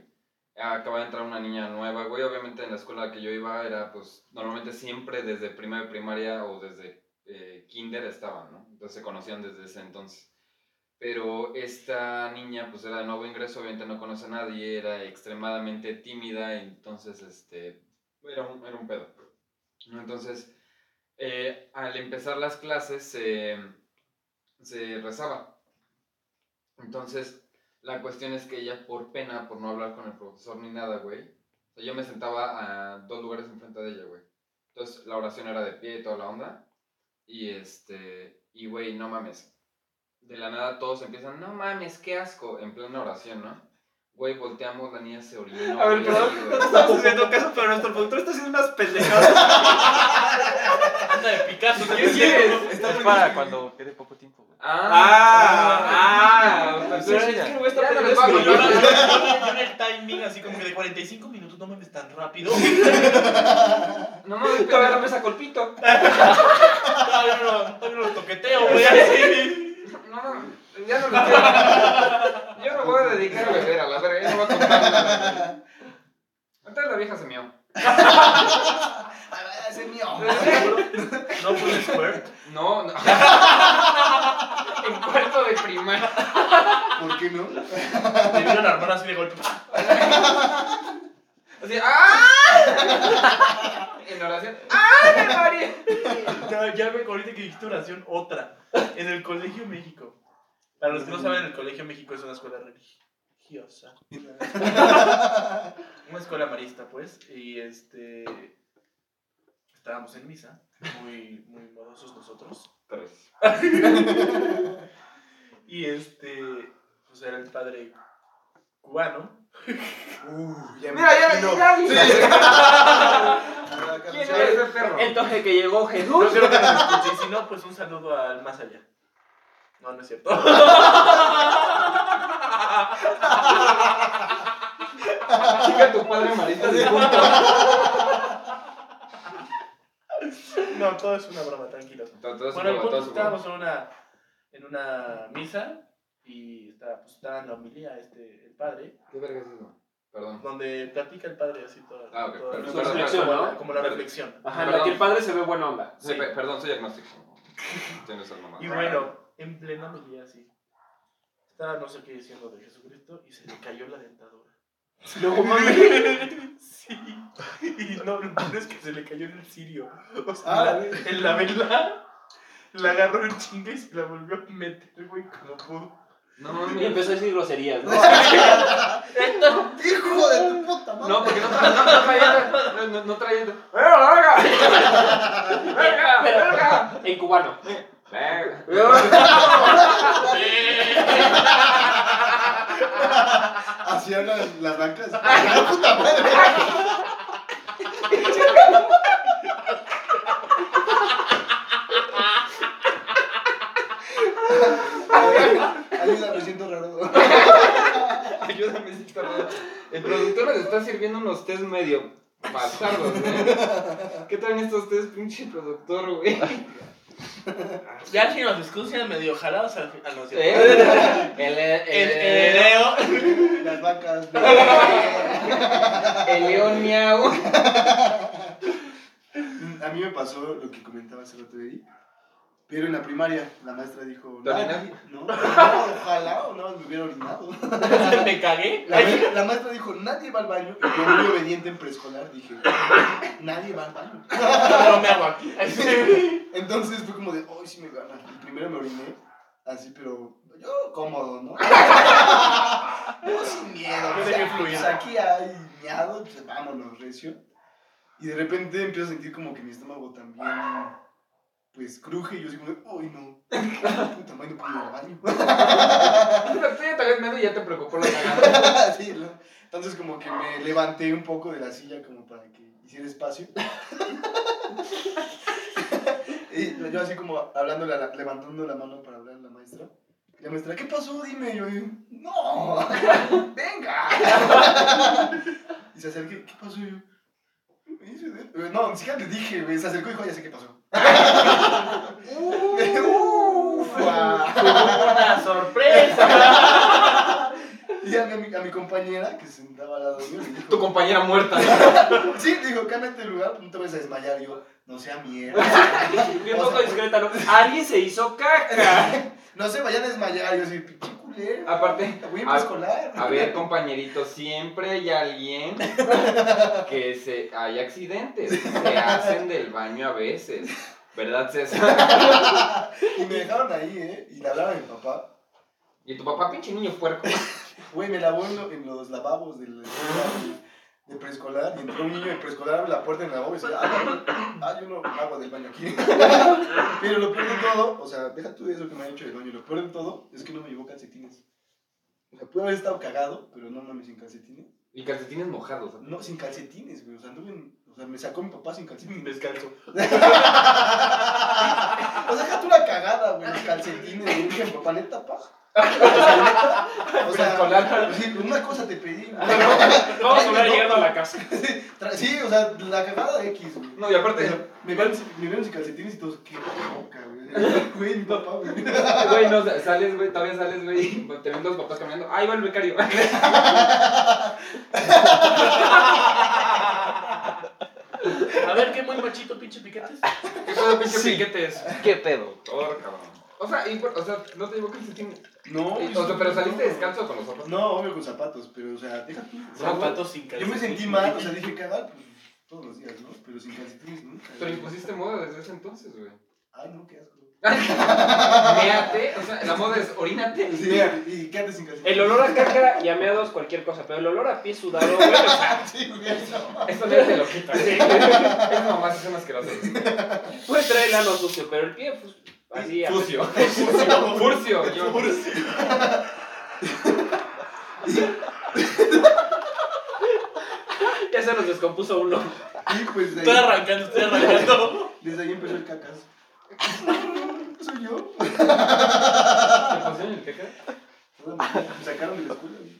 Speaker 4: Acaba de entrar una niña nueva, güey. Obviamente en la escuela que yo iba era, pues, normalmente siempre desde primero de primaria o desde eh, kinder estaban, ¿no? Entonces se conocían desde ese entonces. Pero esta niña, pues, era de nuevo ingreso, obviamente no conoce a nadie, era extremadamente tímida, entonces, este, era un, era un pedo. ¿no? Entonces, eh, al empezar las clases, em, se se rezaba. Entonces, la cuestión es que ella, por pena, por no hablar con el profesor ni nada, güey, o sea, yo me sentaba a dos lugares enfrente de ella, güey. Entonces, la oración era de pie y toda la onda. Y este, y güey, no mames. De la nada todos empiezan, no mames, qué asco, en plena oración, ¿no? Güey, volteamos, la niña se orinó.
Speaker 5: A ver,
Speaker 4: güey,
Speaker 5: perdón,
Speaker 4: así, güey.
Speaker 5: no te estamos haciendo caso, pero nuestro productor está haciendo unas pendejadas.
Speaker 3: Anda de Picasso.
Speaker 4: ¿Qué quieres?
Speaker 5: es para cuando quede poco tiempo, güey.
Speaker 4: Ah,
Speaker 5: Ah,
Speaker 4: ah,
Speaker 5: sí,
Speaker 1: pues,
Speaker 5: sí,
Speaker 4: ya.
Speaker 5: es que
Speaker 1: voy a estar
Speaker 4: Ya no les
Speaker 1: pendiente.
Speaker 4: pago,
Speaker 3: Yo
Speaker 4: yo no-
Speaker 3: en el timing así como que de 45 minutos, no mames tan rápido.
Speaker 4: No
Speaker 1: Todavía
Speaker 4: mames, pendejo.
Speaker 1: no me saco el pito.
Speaker 3: Todavía no, lo- todavía no lo toqueteo, güey. así.
Speaker 4: No, no, ya no me quiero. Yo no voy a dedicar a beber a la verga, ya no voy a contar nada. güey. Entonces la vieja se mió.
Speaker 2: Ah, ese es mío.
Speaker 3: No, seguro. No pues, por Square.
Speaker 4: No, no. en cuarto de primaria.
Speaker 2: ¿Por qué no?
Speaker 3: Te vino la hermana así de golpe.
Speaker 4: Así, ¡ah! En oración, ¡ah, me mareé!
Speaker 3: No, ya me ahorita que dijiste oración, otra. En el Colegio México. Para los que no saben, el Colegio México es una escuela religiosa. Una escuela marista, pues. Y este. Estábamos en misa. Muy, muy modosos nosotros.
Speaker 4: Tres.
Speaker 3: Y este. Pues era el padre cubano.
Speaker 2: Uh, ya me
Speaker 4: Mira, ya,
Speaker 2: imagino.
Speaker 4: ya,
Speaker 2: Ah,
Speaker 4: ¿Quién
Speaker 2: Carlos,
Speaker 4: era ese perro?
Speaker 1: Entonces que llegó
Speaker 3: No
Speaker 1: Jesús.
Speaker 3: creo que nos escuche. Y si no, pues un saludo al más allá. No, no es cierto.
Speaker 4: Ah, Chica, tu padre marista de punto.
Speaker 3: No, todo es una broma, tranquilos.
Speaker 4: Entonces,
Speaker 3: Bueno, el punto es que
Speaker 4: todo
Speaker 3: estábamos en una, en una misa y estaba, pues, estaba en la homilía este, el padre,
Speaker 4: ¿Qué verga es eso? Perdón.
Speaker 3: donde platica el padre así todo.
Speaker 4: Ah, ok,
Speaker 3: todo-
Speaker 4: perdón,
Speaker 3: como la-
Speaker 1: perdón,
Speaker 3: como,
Speaker 1: perdón.
Speaker 3: la, como la
Speaker 4: Perdón.
Speaker 3: reflexión.
Speaker 1: Ajá, en la que el padre se ve buena onda.
Speaker 4: Sí, pe- perdón, soy agnóstico. Tienes esas
Speaker 3: Y
Speaker 4: mamadas.
Speaker 3: bueno, en plena homilía así, estaba no sé qué diciendo de Jesucristo y se le cayó la dentadura.
Speaker 1: No mames.
Speaker 3: Sí, y no, lo peor es que se le cayó en el cirio. O sea,
Speaker 2: Ah,
Speaker 3: la- en la vela, la agarró en chinga y se la volvió a meter, güey, como pudo.
Speaker 4: No,
Speaker 1: Y
Speaker 4: mames.
Speaker 1: empezó a decir groserías, ¿no?
Speaker 2: ¡Hijo de tu puta madre!
Speaker 4: No, porque no tra- no- no traía. No, no, no traía. ¡Verga, verga! ¡Verga, verga!
Speaker 1: Pero en cubano.
Speaker 2: Así hablan las vacas. ¡La puta madre! Ayuda, me siento raro.
Speaker 4: Ayúdame, sí, cabrón. El productor nos está sirviendo unos test medio bastardos, güey. ¿Qué traen estos test, pinche productor, güey?
Speaker 3: Ya si nos escuchan medio jalados al final. No,
Speaker 4: ¿Eh? El, el,
Speaker 1: eh,
Speaker 4: el,
Speaker 2: Las vacas.
Speaker 4: el león miau.
Speaker 2: A mí me pasó lo que comentaba hace rato de Eric, Pero en la primaria, la maestra dijo:
Speaker 4: ¿Te
Speaker 2: "Nah,
Speaker 4: orinaste?
Speaker 2: No, no, ojalá o no me hubiera orinado.
Speaker 3: Me cagué.
Speaker 2: La, ma- la maestra dijo, nadie va al baño. Y yo muy obediente en preescolar dije, nadie va al baño.
Speaker 3: No me hago aquí.
Speaker 2: Entonces fue como de, hoy sí me gana. Y primero me oriné, así, pero yo cómodo, ¿no? Yo sin miedo.
Speaker 3: Yo
Speaker 2: o
Speaker 3: dejé
Speaker 2: sea,
Speaker 3: fluir.
Speaker 2: pues, aquí hay miado, pues vámonos, recio. Y de repente empiezo a sentir como que mi estómago también, pues, cruje. Y yo así como de, uy, no. Puta madre, no puedo ir al baño.
Speaker 4: Tú ya te habías meado y ya te preocupó la cagada.
Speaker 2: Sí, ¿no? Entonces como que me levanté un poco de la silla como para que hiciera espacio. y yo así como hablándole, a la- levantando la mano para hablar a la maestra. Y la maestra, ¿qué pasó? Dime. Y yo, "Eh, no, venga. y se acerqué, ¿qué pasó? Y yo, "Me hice de-". Eh, no, ni siquiera le dije, güey. Se acercó y dijo, ya sé qué pasó. Ufa.
Speaker 3: una sorpresa.
Speaker 2: Y a mi, a mi compañera que se sentaba al lado mío le dijo,
Speaker 4: Tu compañera muerta.
Speaker 2: Sí, digo, cámbiate de lugar, no te vas a desmayar. Yo, no sea mierda.
Speaker 1: Y un poco discreta, ¿no? Alguien se hizo caca.
Speaker 2: No se vayan a desmayar. Yo, así, pinche culero.
Speaker 4: Aparte,
Speaker 2: Voy a
Speaker 4: a-
Speaker 2: preescolar.
Speaker 4: a ver, compañeritos, siempre hay alguien que se. Hay accidentes. Se hacen del baño a veces. ¿Verdad, César?
Speaker 2: Y me dejaron ahí, ¿eh? Y le hablaba a mi papá.
Speaker 4: Y tu papá, pinche niño puerco.
Speaker 2: Güey, me lavó en, lo- en los lavabos del, de, de preescolar. Y entró un niño de preescolar, abre la puerta en el lavabo y dice, ah, no, ah, yo no agua del baño aquí. Pero lo peor de todo, o sea, deja tú eso que me ha hecho del baño. Lo peor de todo es que no me llevó calcetines. O sea, pude haber estado cagado, pero no mames sin calcetines.
Speaker 4: Y calcetines mojados.
Speaker 2: No, sin calcetines, güey. O sea, anduve en- o sea, me sacó mi papá sin calcetines.
Speaker 3: Descanso.
Speaker 2: O sea, déjate una cagada, güey, los calcetines. güey. Dije, papá, neta, pa. O sea, sí, una cosa te pedí, güey.
Speaker 1: Vamos a hablar llegando a la casa.
Speaker 2: Tra- Sí, o sea, la cagada de X, güey.
Speaker 4: No, y
Speaker 2: O
Speaker 4: aparte,
Speaker 2: sea, me vieron, sin- me vieron sin calcetines y todos, qué loca, güey. Güey, mi papá, güey.
Speaker 4: Güey, no, sales, güey, todavía sales, güey, y te ven los papás caminando. ¡Ahí va el becario!
Speaker 3: A ver qué muy machito, pinche piquetes?
Speaker 4: ¿Qué pedo, pinche
Speaker 5: Sí.
Speaker 4: piquetes?
Speaker 5: ¿Qué pedo?
Speaker 4: Por cabrón. O sea, y, por- o sea, no te digo que se tiene. eh,
Speaker 2: No, güey,
Speaker 4: O sea, pero saliste
Speaker 2: no.
Speaker 4: descalzo con los zapatos.
Speaker 2: No, obvio con zapatos, pero o sea, deja tú. O sea,
Speaker 3: Zapatos
Speaker 2: Yo
Speaker 3: sin
Speaker 2: me
Speaker 3: calcetines.
Speaker 2: sentí mal, o sea, dije, cabal, pues todos los días, ¿no? Pero sin calcetines nunca.
Speaker 4: Pero
Speaker 2: güey.
Speaker 4: impusiste moda desde ese entonces, güey.
Speaker 2: Ay, no, qué asco.
Speaker 4: Méate, o sea, la moda es orínate.
Speaker 2: Sí, y quédate sin calcetines.
Speaker 1: El olor a caca y a meados, cualquier cosa, pero el olor a pie sudado, güey, o sea,
Speaker 2: Sí, güey, eso.
Speaker 4: Esto ya te lo quita. Es nomás, es un asqueroso.
Speaker 1: puedes traer el ano sucio, pero el pie, pues, así, a-
Speaker 4: Furcio. Furcio. yo-
Speaker 1: ya se nos descompuso uno.
Speaker 2: Y pues de
Speaker 3: Estoy
Speaker 2: ahí,
Speaker 3: arrancando, estoy arrancando.
Speaker 2: desde ahí empezó el cacas. Soy yo.
Speaker 4: ¿Te pusieron el caca?
Speaker 2: Me sacaron de la escuela. güey.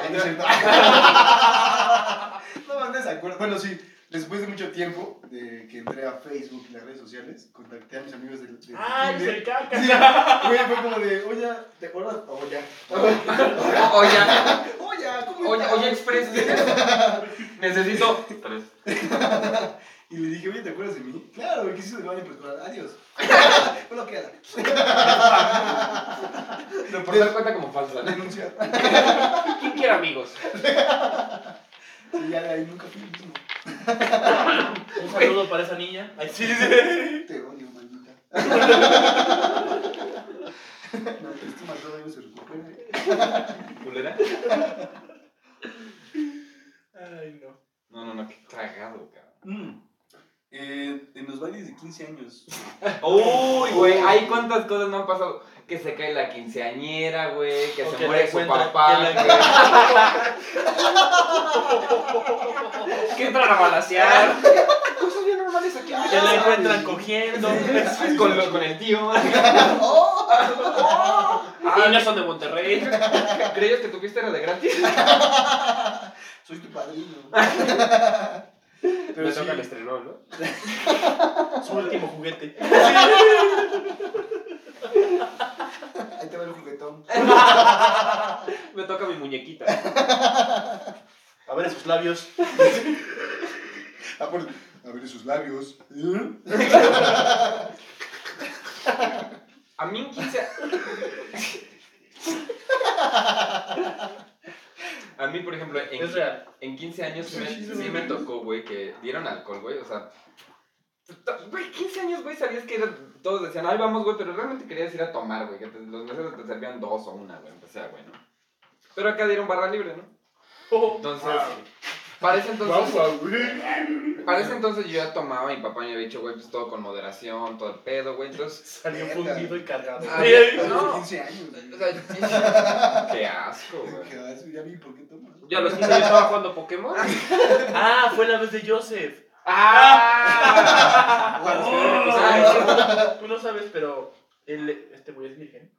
Speaker 2: Ay, no es cierto. No mandé esa cuerda. Bueno, sí, después de mucho tiempo de que entré a Facebook y las redes sociales, contacté a mis amigos del. del
Speaker 3: Ay,
Speaker 2: Tinder.
Speaker 3: se Ah, caca.
Speaker 2: Sí, güey, fue como de, oye, ¿te acuerdas? Oye,
Speaker 4: Oye,
Speaker 2: oye, ¿cómo
Speaker 4: oye,
Speaker 2: estás?
Speaker 4: oye, Express. Necesito. Tres.
Speaker 2: Y le dije, oye, ¿te acuerdas de mí? Claro, me quise del baño pues, en particular. Adiós. Bueno, queda.
Speaker 4: Por dar cuenta como falsa. ¿no?
Speaker 2: Denuncia.
Speaker 1: ¿Quién quiere amigos?
Speaker 2: Y ya de ahí nunca fui el último.
Speaker 3: Un saludo para esa niña. Ay, sí, sí.
Speaker 2: Te odio, maldita. No, tu estima todavía no se recupera.
Speaker 4: ¿Culera?
Speaker 3: Ay, no.
Speaker 4: No, no, no, qué cagado, cabrón.
Speaker 2: Mm. Eh, en los bailes de 15 años.
Speaker 4: Uy, güey, hay cuántas cosas no han pasado. Que se cae la quinceañera, güey, que
Speaker 3: O
Speaker 4: se
Speaker 3: que
Speaker 4: muere
Speaker 3: le
Speaker 4: su
Speaker 3: cuentan
Speaker 4: papá,
Speaker 3: que la-
Speaker 4: güey.
Speaker 1: ¿Qué entran a balasear?
Speaker 4: Cosas bien normales aquí.
Speaker 3: Ya la
Speaker 2: Ay.
Speaker 3: encuentran cogiendo.
Speaker 4: Con, lo- con el tío.
Speaker 1: Y no son de Monterrey.
Speaker 4: ¿Creías que tu fiesta era de gratis?
Speaker 2: Soy tu padrino.
Speaker 1: Pero
Speaker 2: Pero sí,
Speaker 1: toca el estrenón, ¿no?
Speaker 3: Su último juguete.
Speaker 2: ahí te va el juguetón.
Speaker 1: Me toca mi muñequita.
Speaker 3: A ver sus labios.
Speaker 2: Ah, por- A ver sus labios. ¿Eh?
Speaker 4: A mí en 15 A mí, por ejemplo, en,
Speaker 3: Es real.
Speaker 4: en 15 años sí me,
Speaker 2: Sí, sí,
Speaker 4: sí
Speaker 2: sí.
Speaker 4: me tocó, güey, que dieron alcohol, güey. O sea, t- güey, 15 años, güey, sabías que era- todos decían, ay, vamos, güey, pero realmente querías ir a tomar, güey. Que te- los meseros te servían dos o una, güey, o sea, güey, ¿no? Pero acá dieron barra libre, ¿no? Entonces, para ese entonces,
Speaker 2: Vamos a abrir.
Speaker 4: para ese entonces yo ya tomaba y mi papá me había dicho, güey, pues todo con moderación, todo el pedo, güey. Entonces,
Speaker 3: Salió fundido y cargado.
Speaker 4: Ah,
Speaker 3: Ay,
Speaker 2: A
Speaker 4: No.
Speaker 2: los 15 años.
Speaker 4: O sea, qué asco,
Speaker 2: ¿Qué
Speaker 4: güey.
Speaker 2: vas? "Ah, Ya vi por qué tomas.
Speaker 1: Yo a los 15 años estaba jugando Pokémon.
Speaker 3: Ah, fue la vez de Joseph.
Speaker 1: ¡Ah! Para
Speaker 2: Oh.
Speaker 1: los que no lo saben,
Speaker 4: Ay,
Speaker 3: Tú no sabes, pero él, este güey es virgen.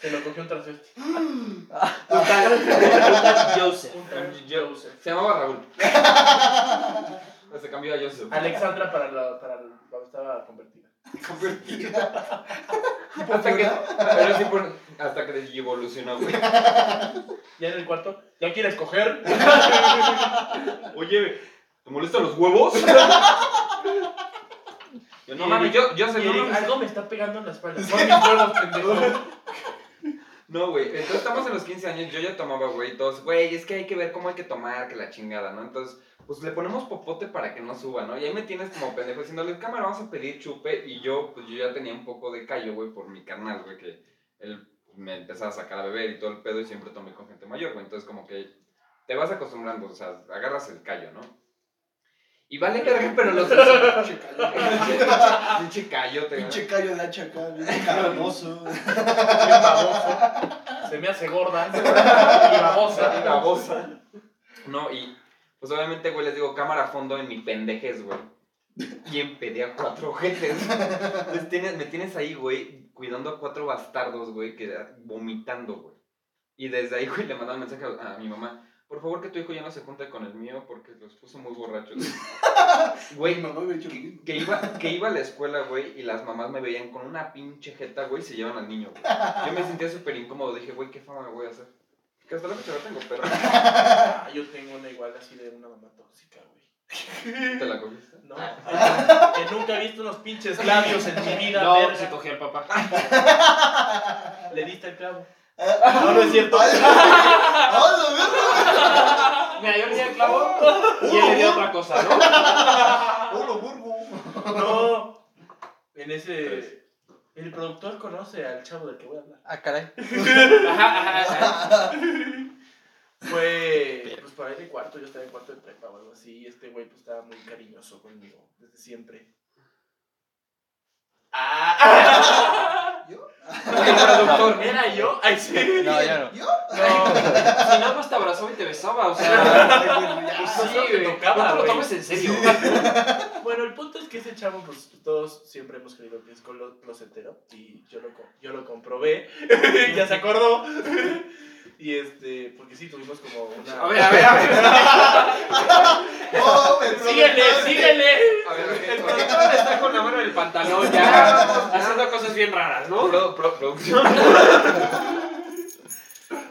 Speaker 3: Se lo cogió un transvesti.
Speaker 1: un tal- Joseph.
Speaker 3: Un trans- Joseph.
Speaker 4: Se llamaba Raúl. Se cambió a Joseph.
Speaker 3: Alexandra para la, para la cuando estaba convertida.
Speaker 4: Hasta que, pero sí por- hasta que evolucionó, güey.
Speaker 3: Ya en el cuarto, ¿ya quieres coger?
Speaker 4: Oye, ¿te molestan los huevos? Yo, no mames, yo, yo
Speaker 3: Y
Speaker 4: se
Speaker 3: le
Speaker 4: no,
Speaker 3: digo, algo me está pegando en la espalda. Son mis huevos, pendejo.
Speaker 4: No, güey. Entonces estamos en los 15 años, yo ya tomaba, güey, y todos, güey, es que hay que ver cómo hay que tomar, que la chingada, ¿no? Entonces, pues le ponemos popote para que no suba, ¿no? Y ahí me tienes como pendejo diciéndole, cámara, vamos a pedir chupe. Y yo, pues yo ya tenía un poco de callo, güey, por mi carnal, güey, que él me empezaba a sacar a beber y todo el pedo y siempre tomé con gente mayor, güey. Entonces, como que te vas acostumbrando, o sea, agarras el callo, ¿no? Y vale verga, pero los...
Speaker 2: Pinche callo.
Speaker 4: Pinche callote, güey.
Speaker 2: Pinche callo de hacha acá. Pinche carnoso.
Speaker 3: Soy baboso. Se me hace gorda. Y babosa.
Speaker 4: Y babosa. No, y pues obviamente, güey, les digo cámara a fondo en mi pendejez, güey. Y empedé a cuatro gentes. Entonces tienes- me tienes ahí, güey, cuidando a cuatro bastardos, güey, que vomitando, güey. Y desde ahí, güey, le mandaba un mensaje a, a mi mamá. Por favor, que tu hijo ya no se junte con el mío porque los puso muy borrachos.
Speaker 2: Mi
Speaker 4: Güey,
Speaker 2: mamá hubiera hecho lo
Speaker 4: que,
Speaker 2: mismo.
Speaker 4: que iba, que iba a la escuela, güey, y las mamás me veían con una pinche jeta, güey, y se llevan al niño, güey. Yo me sentía súper incómodo, dije, güey, ¿qué fama me voy a hacer? Que hasta la fecha no tengo, pero...
Speaker 3: Ah, yo tengo una igual así de una mamá tóxica, güey.
Speaker 4: ¿Te la comiste?
Speaker 3: No.
Speaker 4: Ah.
Speaker 3: que nunca he visto unos pinches labios en mi vida,
Speaker 1: No,
Speaker 3: verga.
Speaker 1: pues se cogió al papá.
Speaker 3: Le diste el clavo.
Speaker 2: No,
Speaker 3: no es cierto.
Speaker 2: ¡Ah,
Speaker 1: Mira, yo le di el clavo y él le dio otra cosa, ¿no?
Speaker 2: la verga! ¡Hola, burgo!
Speaker 3: No. En ese. El productor conoce al chavo del que voy a hablar.
Speaker 5: Ah, caray.
Speaker 1: Ajá, ajá, ajá.
Speaker 3: Fue, pues por ahí de cuarto, yo estaba en cuarto de prepa o algo así, y este güey pues estaba muy cariñoso conmigo, desde siempre. ¡Ah!
Speaker 2: ¿Yo?
Speaker 1: El productor.
Speaker 3: ¿Era yo? ¡Ay, sí!
Speaker 5: No, ya no.
Speaker 2: ¿Yo?
Speaker 3: No,
Speaker 1: Si nada más te abrazaba y te besaba, o sea.
Speaker 3: pues
Speaker 1: Sí,
Speaker 3: solo te
Speaker 1: güey.
Speaker 3: tocaba,
Speaker 1: No te lo
Speaker 3: güey.
Speaker 1: tomes en serio.
Speaker 3: Bueno, el punto es que ese chavo, pues todos siempre hemos creído que es colo- closetero. Y yo lo, co- yo lo comprobé. ya se acordó. y este, porque sí, tuvimos como una.
Speaker 1: A ver, a ver, a ver.
Speaker 2: ¡Oh, me
Speaker 3: síguele,
Speaker 2: prometiste!
Speaker 3: síguele.
Speaker 4: A ver, ok,
Speaker 1: El
Speaker 4: ok.
Speaker 1: productor está con la mano en el pantalón ya, haciendo cosas bien raras, ¿no?
Speaker 4: Pro- pro- producción.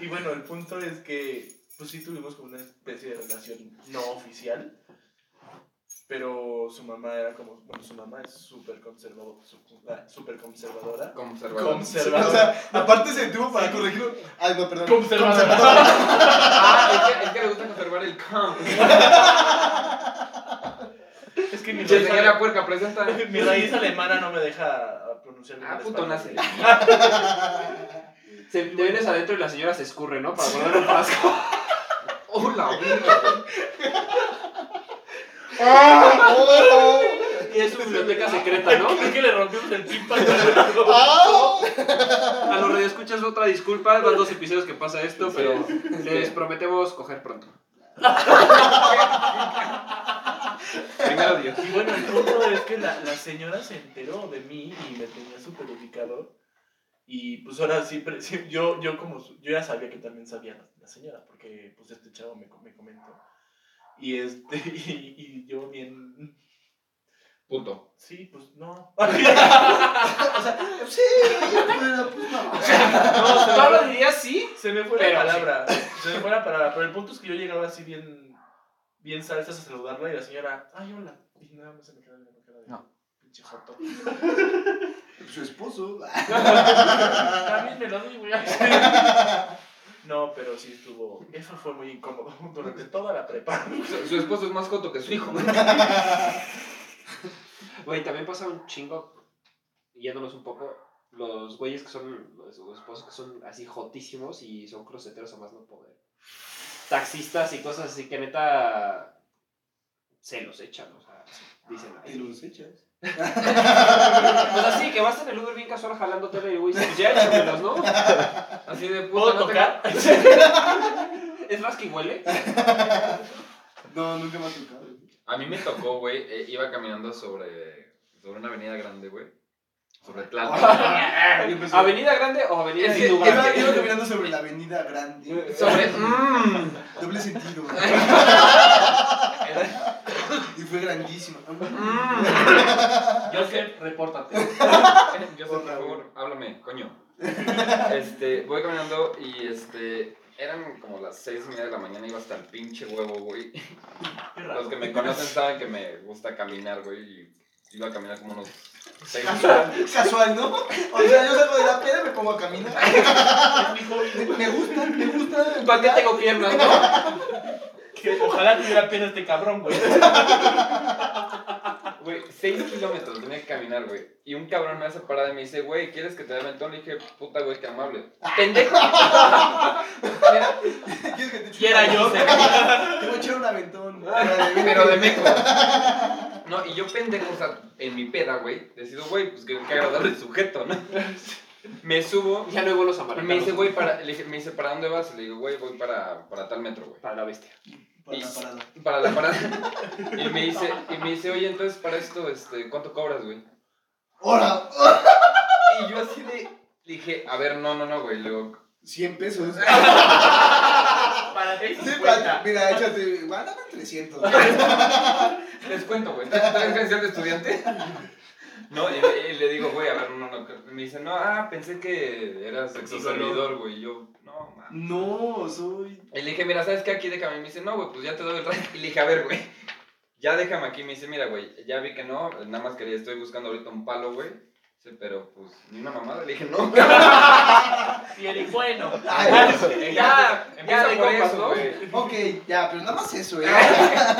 Speaker 3: Y bueno, el punto es que, pues sí tuvimos como una especie de relación no oficial. Pero su mamá era como, bueno, su mamá es súper conservadora. Súper conservadora.
Speaker 4: Conservador.
Speaker 3: Conservadora.
Speaker 2: O sea, aparte se detuvo para corregirlo. Ay, no, perdón.
Speaker 3: Conservadora.
Speaker 4: Ah, es que, es que le gusta conservar el camp.
Speaker 3: Es que mi
Speaker 4: Che,
Speaker 3: raíz,
Speaker 4: señora puerca, presenta.
Speaker 3: mi raíz alemana no me deja pronunciar bien
Speaker 4: Ah,
Speaker 3: el
Speaker 4: puto nazi.
Speaker 3: español.
Speaker 1: Se- te vienes adentro y la señora se escurre, ¿no? Para poner un frasco.
Speaker 4: Hola, burro.
Speaker 2: ¡Ah! ¡Oh!
Speaker 1: Y es su biblioteca secreta, ¿no?
Speaker 3: Creo que le rompimos el tímpano.
Speaker 2: ¡Ah!
Speaker 1: A los radioescuchas otra disculpa, van dos episodios que pasa esto, pero les prometemos coger pronto. Primero Dios.
Speaker 3: Y bueno, el punto es que la, la señora se enteró de mí y me tenía súper ubicado. Y pues ahora sí, pre- sí, yo, yo como su- yo ya sabía que también sabía la, la señora, porque pues este chavo me, co- me comentó. Y este, y, y yo bien.
Speaker 4: Puto.
Speaker 3: Sí, pues no.
Speaker 2: Sí, pero pues no.
Speaker 1: ¿Tú lo dirías sí?
Speaker 3: Se me fue
Speaker 1: Pero
Speaker 3: la palabra. Se me fue la palabra. Pero el punto es que yo llegaba así bien, bien salsas a saludarla y la señora, ay, hola. Y nada más se me quedaba viendo cara de
Speaker 5: No.
Speaker 3: pinche joto.
Speaker 2: Su esposo. ah,
Speaker 3: También me lo di, güey. No, pero sí estuvo. Eso fue muy incómodo durante toda la prepa.
Speaker 4: Su, su esposo es más coto que su hijo.
Speaker 1: Güey, también pasa un chingo, yéndonos un poco, los güeyes que son, los esposos que son así jotísimos y son cruceteros a más no poder. Taxistas y cosas así que neta se los echan, o sea, dicen
Speaker 2: Y
Speaker 1: ahí.
Speaker 2: los echas.
Speaker 1: Pues así, que vas en el Uber bien casual jalando tele y güey, pues ya échamelos, ¿no?
Speaker 4: Así de puto.
Speaker 3: ¿Puedo
Speaker 4: no te-
Speaker 3: tocar?
Speaker 1: Es más que huele.
Speaker 2: No, nunca me ha tocado.
Speaker 4: A mí me tocó, güey. eh, iba caminando sobre, sobre una avenida grande, güey. Sobre Tlalpan.
Speaker 2: Y empezó-
Speaker 1: ¿Avenida Grande o Avenida
Speaker 4: Es que-
Speaker 1: Hindú
Speaker 2: Iba,
Speaker 1: Grande?
Speaker 2: iba caminando sobre la avenida grande.
Speaker 4: Sobre. mm.
Speaker 2: Doble sentido. Y fue grandísimo.
Speaker 4: Mm.
Speaker 3: Yo sé, repórtate.
Speaker 4: Yo sé,
Speaker 2: Por
Speaker 4: por
Speaker 2: favor.
Speaker 4: favor, háblame, coño. Este, voy caminando y este. Eran como las seis y media de la mañana, iba hasta el pinche huevo, güey.
Speaker 3: Ah, Qué raro.
Speaker 4: Los que me conocen saben que me gusta caminar, güey. Y iba a caminar como unos seis
Speaker 2: Casual, ¿no? O sea, yo salgo de la peda y me pongo a caminar.
Speaker 3: Es mi hobby.
Speaker 2: Me gusta, me gusta.
Speaker 1: ¿Para qué tengo piernas, no?
Speaker 3: Que ojalá tuviera pena este cabrón, güey.
Speaker 4: Güey, 6 kilómetros tenía que caminar, güey. Y un cabrón me hace parada y me dice, güey, ¿quieres que te dé aventón? Le dije, puta, güey, qué amable. ¡Pendejo! Mira,
Speaker 2: ¿Quieres que te eche
Speaker 3: Y era
Speaker 2: un
Speaker 3: yo,
Speaker 2: aventón?
Speaker 3: sé.
Speaker 2: Te voy a echar un aventón.
Speaker 4: pero de meco. No, y yo pendejo, o sea, en mi peda, güey, decido, güey, pues qué, qué agradable sujeto, ¿no? Me subo
Speaker 1: Ya no hay buenos
Speaker 4: y
Speaker 1: americanos.
Speaker 4: me dice, güey, para, le dije, me dice, ¿para dónde vas? Y le digo, güey, voy para, para tal metro, güey.
Speaker 1: Para la bestia.
Speaker 2: Para la parada.
Speaker 4: Para la parada. Y me dice, y me dice, oye, entonces para esto, este, ¿cuánto cobras, güey?
Speaker 2: ¡Hola!
Speaker 4: Y yo así de, dije, a ver, no, no, no, güey, le digo,
Speaker 2: 100 pesos.
Speaker 3: Para ti,
Speaker 2: Sí,
Speaker 3: cincuenta.
Speaker 2: mira, échate. Bueno, dame 300.
Speaker 4: Les cuento, güey. ¿También canción de estudiante? No, y, le- y le digo, güey, a ver, no, no. no. Me dice, no, ah, pensé que eras exoservidor, güey. Y yo, no, mames.
Speaker 2: No, soy.
Speaker 4: Y le dije, mira, ¿sabes qué? Aquí de camino. Me dice, no, güey, pues ya te doy el rato. Y le dije, a ver, güey. ya déjame aquí, me dice, mira, güey, ya vi que no, nada más que estoy buscando ahorita un palo, güey. Dice, pero pues, ni una mamada. Le dije, no, cabrón.
Speaker 3: Y eres bueno.
Speaker 4: ya,
Speaker 1: Eh, Empieza
Speaker 4: ya de
Speaker 1: por
Speaker 4: compas,
Speaker 1: eso,
Speaker 4: ¿no?
Speaker 1: güey.
Speaker 2: Ok, ya, pero nada más eso, ¿eh?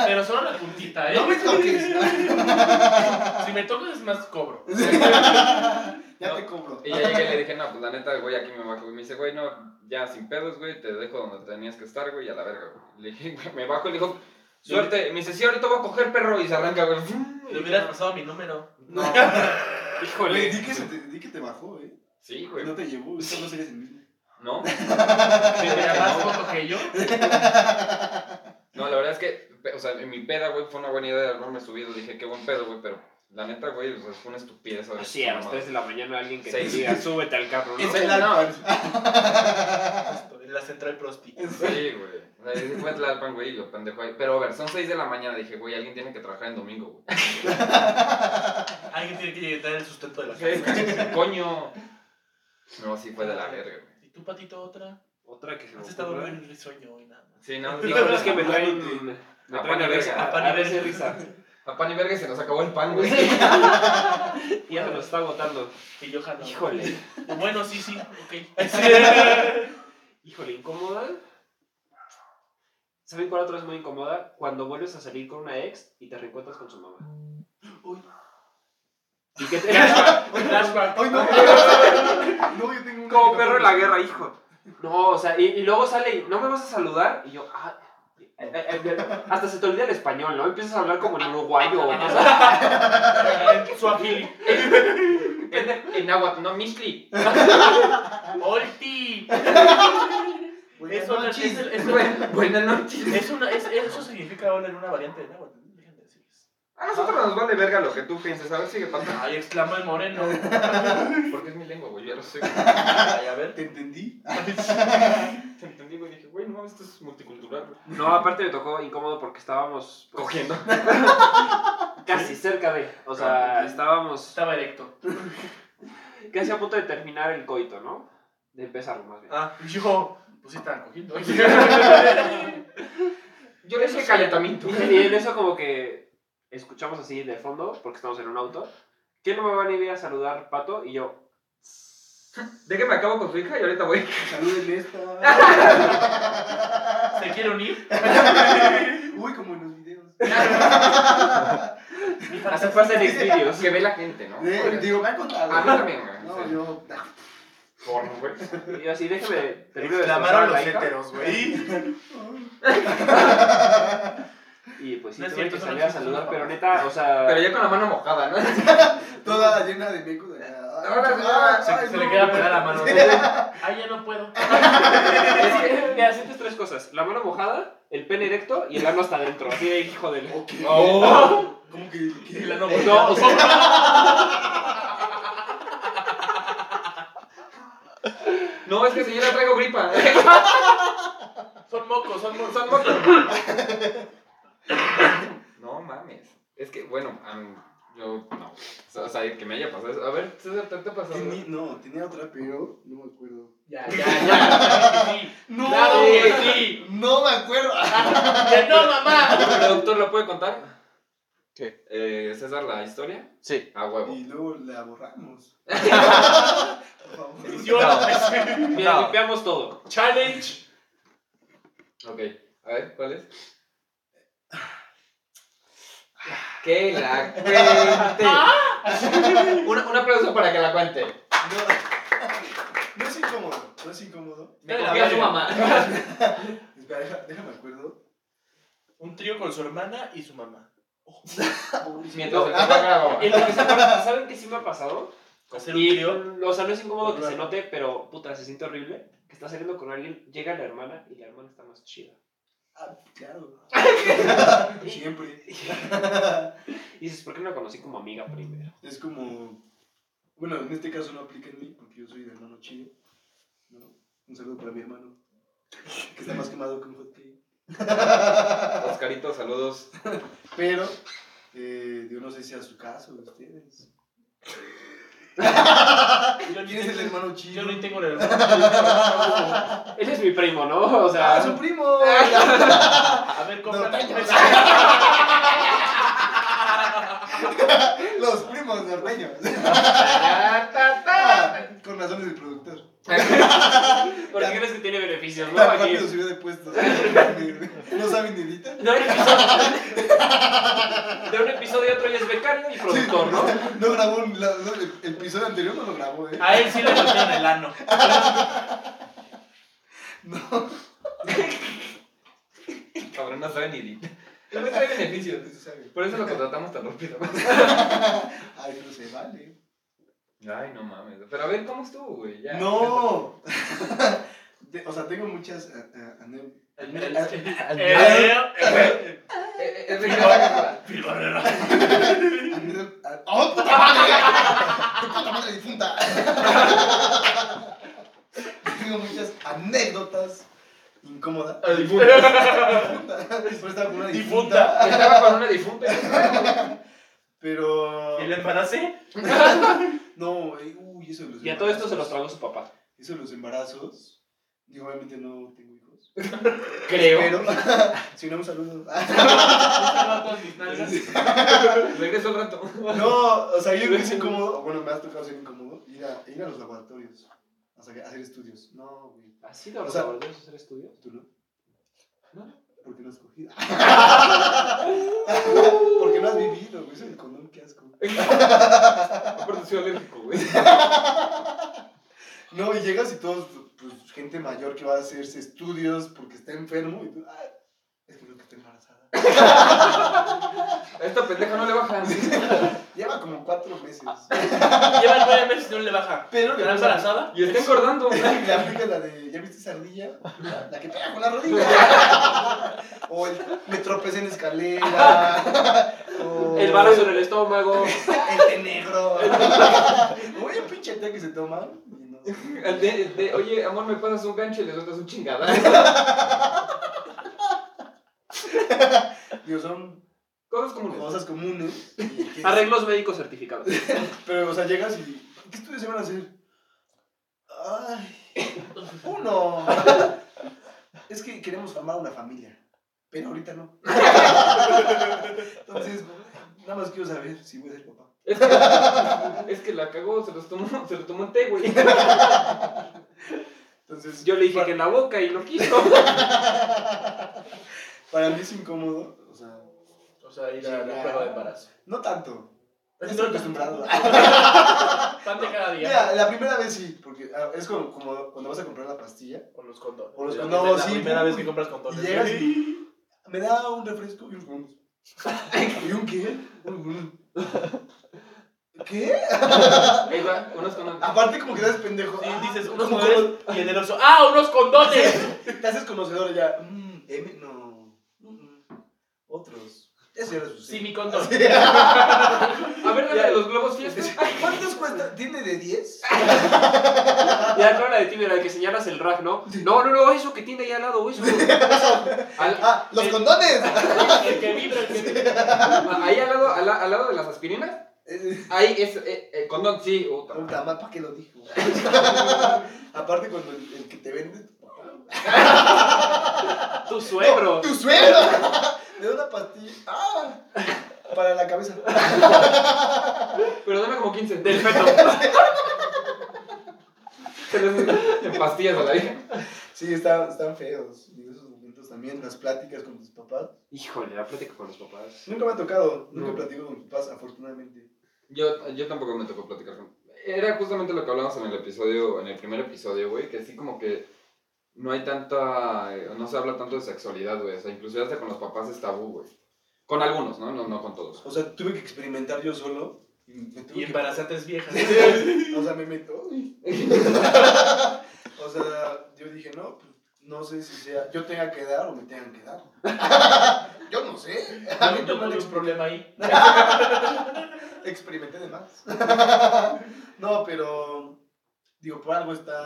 Speaker 3: Pero solo la puntita, ¿eh?
Speaker 2: No me toques.
Speaker 3: Si me tocas es más cobro.
Speaker 2: ya te cobro.
Speaker 4: Y ya llegué y le dije, no, pues la neta, güey, aquí me bajo. Y me dice, güey, no, ya sin pedos, güey, te dejo donde tenías que estar, güey, a la verga, güey. Le dije, güey, me bajo y le dijo, suerte. Y me dice, sí, ahorita voy a coger perro. Y se arranca, güey.
Speaker 3: Le hubieras pasado mi número.
Speaker 2: No.
Speaker 1: Híjole.
Speaker 2: Güey, di que, se te, di que te bajó, ¿eh?
Speaker 4: Sí, güey.
Speaker 2: No te llevó, solo serías el mismo.
Speaker 4: No.
Speaker 3: Si me das poco que yo.
Speaker 4: No, la verdad es que, pe- o sea, en mi peda, güey, fue una buena idea de haberme subido. Dije, qué buen pedo, güey, pero la neta, güey, o sea, fue una estupidez. ¿sabes?
Speaker 1: Así, Pues a las
Speaker 4: Mamada.
Speaker 1: 3 de la mañana alguien que te
Speaker 4: Seis.
Speaker 1: diga, súbete al carro, ¿no?
Speaker 4: Sí,
Speaker 2: el
Speaker 4: no.
Speaker 2: Alpan.
Speaker 6: Justo, En la central Prospi.
Speaker 4: Sí, güey. Ahí Fue Tlalpan, güey, y lo pendejo ahí. Pero, a ver, son 6 de la mañana. Dije, güey, alguien tiene que trabajar en domingo, güey.
Speaker 3: Alguien tiene que llegar el sustento de la
Speaker 4: Sí,
Speaker 3: casa.
Speaker 4: Coño. No, sí fue de la verga, güey.
Speaker 3: ¿Y tú, patito, otra?
Speaker 1: Otra que se me
Speaker 3: Has estado
Speaker 1: ocurra.
Speaker 3: muy en risueño hoy, nada más.
Speaker 4: Sí, no,
Speaker 1: Sí,
Speaker 4: digo,
Speaker 1: pero es que me traen... Me
Speaker 4: A
Speaker 1: traen
Speaker 4: pan y
Speaker 1: a veces-
Speaker 4: verga.
Speaker 1: a pan y veces risa.
Speaker 4: A pan y verga se nos acabó el pan, güey.
Speaker 1: Y ya se nos está agotando.
Speaker 3: Y yo jalo.
Speaker 1: Híjole.
Speaker 3: Bueno, sí, sí, ok.
Speaker 1: Híjole, incómoda. ¿Saben cuál otra es muy incómoda? Cuando vuelves a salir con una ex y te reencuentras con su mamá.
Speaker 2: Uy.
Speaker 1: ¿Y qué te
Speaker 3: Flashback.
Speaker 2: Ay, no. No, yo tengo una.
Speaker 1: Como perro en la guerra, hijo. No, o sea, y, y luego sale y no me vas a saludar. Y yo, ah. eh, eh, eh, Hasta se te olvida el español, ¿no? Empiezas a hablar como en uruguayo o no sé.
Speaker 3: Su afili.
Speaker 4: En, en agua, no, Mishli.
Speaker 3: Olti.
Speaker 2: Buenas
Speaker 3: Eso
Speaker 2: noches.
Speaker 3: es, es,
Speaker 4: Buen- Buena noche.
Speaker 3: es una, es, eso significa hola en una variante de náhuatl. Déjenme decirles.
Speaker 4: A nosotros nos vale verga lo que tú pienses. A ver, sigue pasando.
Speaker 3: Ay, exclamó el moreno.
Speaker 4: Porque es mi lengua, güey. Yo ya lo sé. güey.
Speaker 3: Ay, a ver.
Speaker 2: ¿Te entendí?
Speaker 4: Te entendí, güey. Dije, güey, no, esto es multicultural, güey.
Speaker 1: No, aparte me tocó incómodo porque estábamos pues,
Speaker 4: Cogiendo.
Speaker 1: casi cerca de. O sea, estábamos
Speaker 3: Estaba erecto.
Speaker 1: Ah, casi a punto de terminar el coito, ¿no? De empezarlo más bien.
Speaker 3: Ah, yo. Pues sí, estaban cogiendo.
Speaker 4: Yo le dije calentamiento.
Speaker 1: Y en eso como que escuchamos así de fondo, porque estamos en un auto. ¿Quién no me va a venir a saludar, Pato? Y yo,
Speaker 4: Déjeme acabo con su hija y ahorita voy.
Speaker 2: Salúdenle esta.
Speaker 3: ¿Se quiere unir?
Speaker 2: Uy, como en los videos.
Speaker 1: así pasa en Xvideos.
Speaker 4: Que ve la gente, ¿no?
Speaker 2: Eh, digo, me han contado.
Speaker 4: A mí también, güey.
Speaker 2: No,
Speaker 4: Sí.
Speaker 2: yo.
Speaker 4: Porno, güey.
Speaker 1: Y yo así, déjeme termino de saludar a
Speaker 3: Exclamaron los
Speaker 1: la hija.
Speaker 3: héteros, güey.
Speaker 1: Y pues sí,
Speaker 3: No es
Speaker 1: tuve
Speaker 3: cierto,
Speaker 1: que
Speaker 3: eso
Speaker 1: salir
Speaker 3: no
Speaker 1: a
Speaker 3: es cierto,
Speaker 1: saludar,
Speaker 3: no.
Speaker 1: pero neta, o sea...
Speaker 4: Pero ya con la mano mojada, ¿no?
Speaker 2: Toda llena de mecos. Ay,
Speaker 4: Ahora,
Speaker 2: ay,
Speaker 4: ahora,
Speaker 3: Se,
Speaker 2: ay,
Speaker 3: se
Speaker 2: no.
Speaker 3: le queda pelada la mano. Ay, ya no puedo.
Speaker 1: Es que, mira, sientes tres cosas. La mano mojada, el pene erecto y el ano hasta adentro. Así de hijo del...
Speaker 2: Ok. ¿Cómo que.? que-
Speaker 3: Y la no
Speaker 1: No, o sea,
Speaker 4: No, es que si yo le traigo gripa.
Speaker 3: Son mocos, son mocos.
Speaker 4: Son mocos. No mames. Es que, bueno, a mí- yo no. O sea, que me haya pasado eso. A ver, César, ¿te te ha pasado?
Speaker 2: Tení- no, tenía otra, pero no me acuerdo.
Speaker 3: Ya, ya, ya. Sí.
Speaker 2: No,
Speaker 3: Claro que sí.
Speaker 2: no me acuerdo.
Speaker 3: Que no, mamá.
Speaker 4: ¿El productor lo puede contar?
Speaker 5: ¿Qué?
Speaker 4: Eh, César, la historia.
Speaker 5: Sí.
Speaker 4: A huevo.
Speaker 2: Y luego la borramos. Por favor.
Speaker 3: Yo
Speaker 1: mira,
Speaker 5: No.
Speaker 1: limpiamos todo.
Speaker 3: Challenge.
Speaker 4: Ok. A ver, ¿cuál es? Que la cuente. Un, un aplauso para que la cuente.
Speaker 2: No es incómodo, no es incómodo.
Speaker 4: Me
Speaker 3: Dale la
Speaker 4: copió a su
Speaker 3: verga.
Speaker 4: mamá.
Speaker 2: Espera, deja- déjame acuerdo.
Speaker 3: Un trío con su hermana y su mamá.
Speaker 4: Mientras el papá grababa.
Speaker 1: Y lo que se acuerda, ¿saben qué sí me ha pasado?
Speaker 3: Hacer un
Speaker 1: Y,
Speaker 3: trío.
Speaker 1: o sea, no es incómodo que se
Speaker 2: Claro.
Speaker 1: note, pero puta, se siente horrible. Que estás saliendo con alguien, llega la hermana y la hermana está más chida.
Speaker 2: Ah, claro. Siempre.
Speaker 1: Y dices, ¿por qué no la conocí como amiga primero?
Speaker 2: Es como. Bueno, en este caso no aplica en mí, porque yo soy de hermano chido. ¿no? Un saludo para mi hermano. Que está más quemado que un hot cake.
Speaker 4: Oscarito, saludos.
Speaker 2: Pero, eh, yo no sé si a su caso, de ustedes.
Speaker 3: Yo ni
Speaker 2: ¿Quién es el
Speaker 3: tengo-
Speaker 2: hermano chido?
Speaker 3: Yo no tengo la hermana.
Speaker 1: Él es mi primo, ¿no? O
Speaker 2: ¡Ah,
Speaker 1: sea,
Speaker 2: su primo!
Speaker 3: A ver, cómprame.
Speaker 2: No,
Speaker 3: Ay,
Speaker 2: Los primos norteños. Ah, Con razones del productor.
Speaker 1: ¿Por qué crees que tiene beneficios? No,
Speaker 2: Tan
Speaker 1: aquí.
Speaker 2: rápido subió de puestos. No saben ni editar.
Speaker 1: De un episodio, de un episodio a otro ya es becario y productor, ¿no?
Speaker 2: No grabó un- la- no, el, el episodio anterior, no lo
Speaker 1: Ah.
Speaker 2: grabó, ¿eh?
Speaker 7: A él sí le golpearon el ano.
Speaker 2: No.
Speaker 4: Cabrón, no sabe ni editar. No me trae beneficios.
Speaker 2: no se sabe.
Speaker 4: Por eso lo contratamos tan rápido.
Speaker 2: Ay, no se vale.
Speaker 4: Ay, no mames. Pero a ver, ¿cómo estuvo, güey? Ya.
Speaker 2: No. De- o sea, tengo muchas eh, eh, ane-
Speaker 7: Eh,
Speaker 3: Eh,
Speaker 4: Eh, eh, Es de
Speaker 2: ane- a- ¡Oh, puta madre! ¡Tu puta madre difunta! tengo muchas anécdotas incómodas. Por estar con Pues una difunta.
Speaker 4: Estaba con una difunta.
Speaker 2: Pero.
Speaker 7: ¿Y le embaracé?
Speaker 2: No, eh, uy, eso de los
Speaker 1: Y a todo esto se los tragó
Speaker 2: embarazos.
Speaker 1: su papá.
Speaker 2: Eso de los embarazos. Digo, obviamente no tengo hijos.
Speaker 1: Creo.
Speaker 2: Pero. si no, un saludo.
Speaker 4: Regreso al rato.
Speaker 2: no, o sea, yo creo que es incómodo. o Bueno, me has tocado ser incómodo. Ir a, ir a los laboratorios. O sea, que hacer estudios. No, güey.
Speaker 1: ¿Has sido a los
Speaker 2: O sea-
Speaker 1: laboratorios a hacer estudios?
Speaker 2: ¿Tú no?
Speaker 1: No.
Speaker 2: ¿Por qué no has cogido? ¿Por qué no has vivido, güey? Eso del condón, qué asco.
Speaker 4: Aparte, soy alérgico, güey.
Speaker 2: No, y llegas y todos, pues, gente mayor que va a hacerse estudios porque está enfermo. Y tú, "Ay, es que creo que está embarazada.
Speaker 4: A esta pendeja no le bajan.
Speaker 2: Lleva como cuatro meses.
Speaker 7: Lleva nueve meses y no le baja.
Speaker 2: Pero le
Speaker 7: ¿Está
Speaker 2: aplica-
Speaker 7: embarazada?
Speaker 4: Y está engordando.
Speaker 2: le aplica la de, ¿ya viste esa ardilla? La, la que pega con la rodilla. o el, me tropecé en escalera. o
Speaker 1: El balazo en el estómago.
Speaker 2: El té negro. Oye, pinche té que se toman. Y no.
Speaker 4: Al de- de, oye, amor, me pasas un gancho y le sueltas un chingada.
Speaker 2: Digo, son
Speaker 4: Cosas comunes.
Speaker 2: cosas comunes. y que-
Speaker 1: Arreglos médicos certificados.
Speaker 2: Pero, o sea, llegas y. ¿Qué estudios se van a hacer? Ay. Uno. Es que queremos formar una familia. Pero ahorita no. Entonces, nada más quiero saber si voy a ser papá.
Speaker 4: Es que, es que la cagó, se los tomó, se lo tomó en té, güey.
Speaker 2: Entonces,
Speaker 1: Yo le dije que en la boca y no quiso.
Speaker 2: para mí es incómodo. O sea,
Speaker 7: O sea, ir a la prueba de embarazo.
Speaker 2: no tanto. Ya
Speaker 7: No
Speaker 2: Estoy
Speaker 7: tanto.
Speaker 2: acostumbrado.
Speaker 7: Pan de cada día.
Speaker 2: Mira, la primera vez sí, porque ah, es como, como cuando vas a comprar la pastilla.
Speaker 7: O los condones.
Speaker 2: O los
Speaker 7: La
Speaker 2: condones,
Speaker 7: primer- La
Speaker 2: sí,
Speaker 7: primera
Speaker 2: uy.
Speaker 7: vez que compras
Speaker 2: Y
Speaker 7: condones.
Speaker 2: llegas y. Me da un refresco y unos gomis. ¿Y un qué? Un gum. ¿Qué?
Speaker 4: Ahí va, unos con otros.
Speaker 2: Aparte como que te haces pendejo.
Speaker 7: Y dices,
Speaker 2: Ah,
Speaker 7: unos
Speaker 2: como
Speaker 7: condones. Y en el oso, ¡ah, unos condones!
Speaker 2: cono- Te haces conocedor ya. Mm, M, no. Mm, mm. Otros. Eso ya lo sucede. Ah,
Speaker 7: Sí, mi condón.
Speaker 4: A ver, dame de los globos fiesta.
Speaker 2: ¿Cuántos cuesta? ¿Tiene de 10?
Speaker 1: Ya no la de ti, mira, la que señalas el rack, ¿no? No, no, no, eso que tiene ahí al lado, eso. eso.
Speaker 4: Al-
Speaker 2: Ah, los condones.
Speaker 7: El que vibra, el que vibra.
Speaker 4: a- Ah, ahí al lado, al, la- al lado de las aspirinas,
Speaker 2: Eh,
Speaker 4: ahí es eh, eh, condón, sí. puta madre.
Speaker 2: Puta madre, ¿para qué lo dijo? Aparte cuando el, el que te vende...
Speaker 1: Tu suegro.
Speaker 2: ¡Tu suegro! Le da una pastilla. ¡Ah! Para la cabeza.
Speaker 4: Pero dame como 15.
Speaker 1: Del feto.
Speaker 4: Se les- en pastillas a la vieja.
Speaker 2: Sí, está- están feos. Y esos momentos también, las pláticas con tus papás.
Speaker 1: Híjole, la plática con los papás.
Speaker 2: Nunca me ha tocado, nunca
Speaker 1: No.
Speaker 2: platico con mis papás, afortunadamente.
Speaker 4: Yo, yo tampoco me tocó platicar con. Era justamente lo que hablamos en el episodio, en el primer episodio, güey, que así como que no hay tanta. eh, No se habla tanto de sexualidad, güey. O sea, inclusive hasta con los papás es tabú, güey. Con algunos, ¿no? No, no con todos.
Speaker 2: O sea, tuve que experimentar yo solo. Y, me tuve
Speaker 7: Y
Speaker 2: que-
Speaker 7: embarazar tres viejas.
Speaker 2: O sea, me meto. O sea, yo dije, no, pues, no sé si sea, yo tenga que dar o me tengan que dar. yo no sé. A mí
Speaker 7: Yo
Speaker 2: no me
Speaker 7: no
Speaker 2: han
Speaker 7: tengo un
Speaker 2: exper-
Speaker 7: problema ahí.
Speaker 2: experimenté de más. no, pero digo, por algo está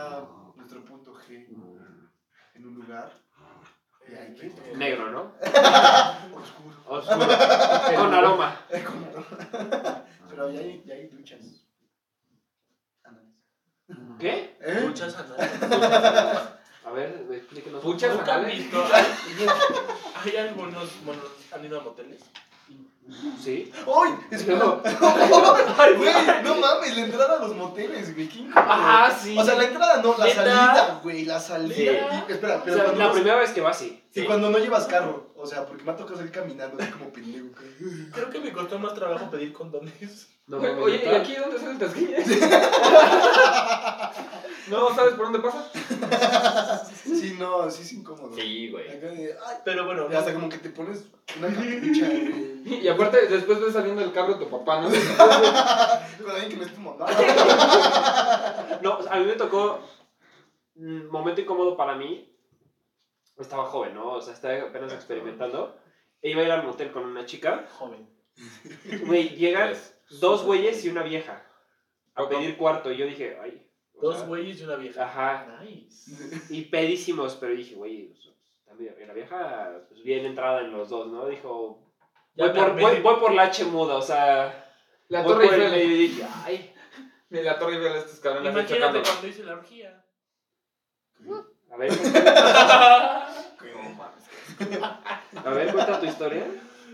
Speaker 2: nuestro punto G en un lugar. Y ahí que-
Speaker 1: Negro, ¿no?
Speaker 2: Oscuro.
Speaker 1: Oscuro. Con aroma.
Speaker 2: Pero ya hay, ya hay duchas. Anales.
Speaker 1: ¿Qué?
Speaker 2: ¿Eh?
Speaker 7: Muchas anales.
Speaker 1: A ver, explíquenos.
Speaker 4: Puchas
Speaker 7: Nunca han
Speaker 4: anales.
Speaker 7: visto. Hay algunos monos. ¿Han ido a moteles?
Speaker 1: ¿Sí?
Speaker 2: ¡Ay! ¡Espera! ¡Ay, güey! No mames, la entrada a los moteles, güey. qué incómodo.
Speaker 1: Ajá, Ah, sí.
Speaker 2: O sea, la entrada no, la
Speaker 1: ¿Neta?
Speaker 2: salida, güey, la salida.
Speaker 1: Sí.
Speaker 2: Espera,
Speaker 1: O
Speaker 2: pero
Speaker 1: sea,
Speaker 2: cuando
Speaker 1: la
Speaker 2: vas-
Speaker 1: primera vez que va así.
Speaker 2: Y cuando no llevas carro, o sea, porque me ha tocado salir caminando así como pendejo. güey.
Speaker 3: Creo que me costó más trabajo pedir condones.
Speaker 1: No,
Speaker 4: Oye,
Speaker 1: mames,
Speaker 4: Oye, ¿y
Speaker 1: neta.
Speaker 4: aquí dónde salen las guías? ¿No sabes por dónde pasa?
Speaker 2: Sí, no, sí es incómodo.
Speaker 4: Sí, güey.
Speaker 2: Acá de, ay,
Speaker 3: Pero bueno,
Speaker 2: hasta como que te pones una capucha. güey.
Speaker 4: Y aparte, después ves saliendo el carro de tu papá, ¿no?
Speaker 2: Con alguien que no es tu mamá.
Speaker 1: No, a mí me tocó mm, momento incómodo para mí. Estaba joven, ¿no? O sea, estaba apenas experimentando. E iba a ir al motel con una chica.
Speaker 3: joven.
Speaker 1: Güey, llegan
Speaker 4: Pues,
Speaker 1: dos güeyes y una vieja a
Speaker 4: Ok.
Speaker 1: pedir cuarto. Y yo dije, ay. o
Speaker 3: Dos
Speaker 1: sea,
Speaker 3: güeyes y una vieja.
Speaker 1: Ajá.
Speaker 3: Nice.
Speaker 1: Y pedísimos, pero dije, güey, o sea, también- la vieja, pues bien entrada en los dos, ¿no? Dijo,
Speaker 3: Ya
Speaker 1: voy por,
Speaker 3: me-
Speaker 1: voy- voy por la H muda, o sea.
Speaker 4: La
Speaker 1: voy
Speaker 4: Torre
Speaker 1: por el medio
Speaker 4: Eiffel.
Speaker 1: Y dije, ay.
Speaker 4: Mira, La Torre Eiffel, estos cabrones. así
Speaker 3: Imagínate
Speaker 4: chocando.
Speaker 3: cuando hice la orgía.
Speaker 1: A ver,
Speaker 4: No mames.
Speaker 1: a ver, cuenta tu historia.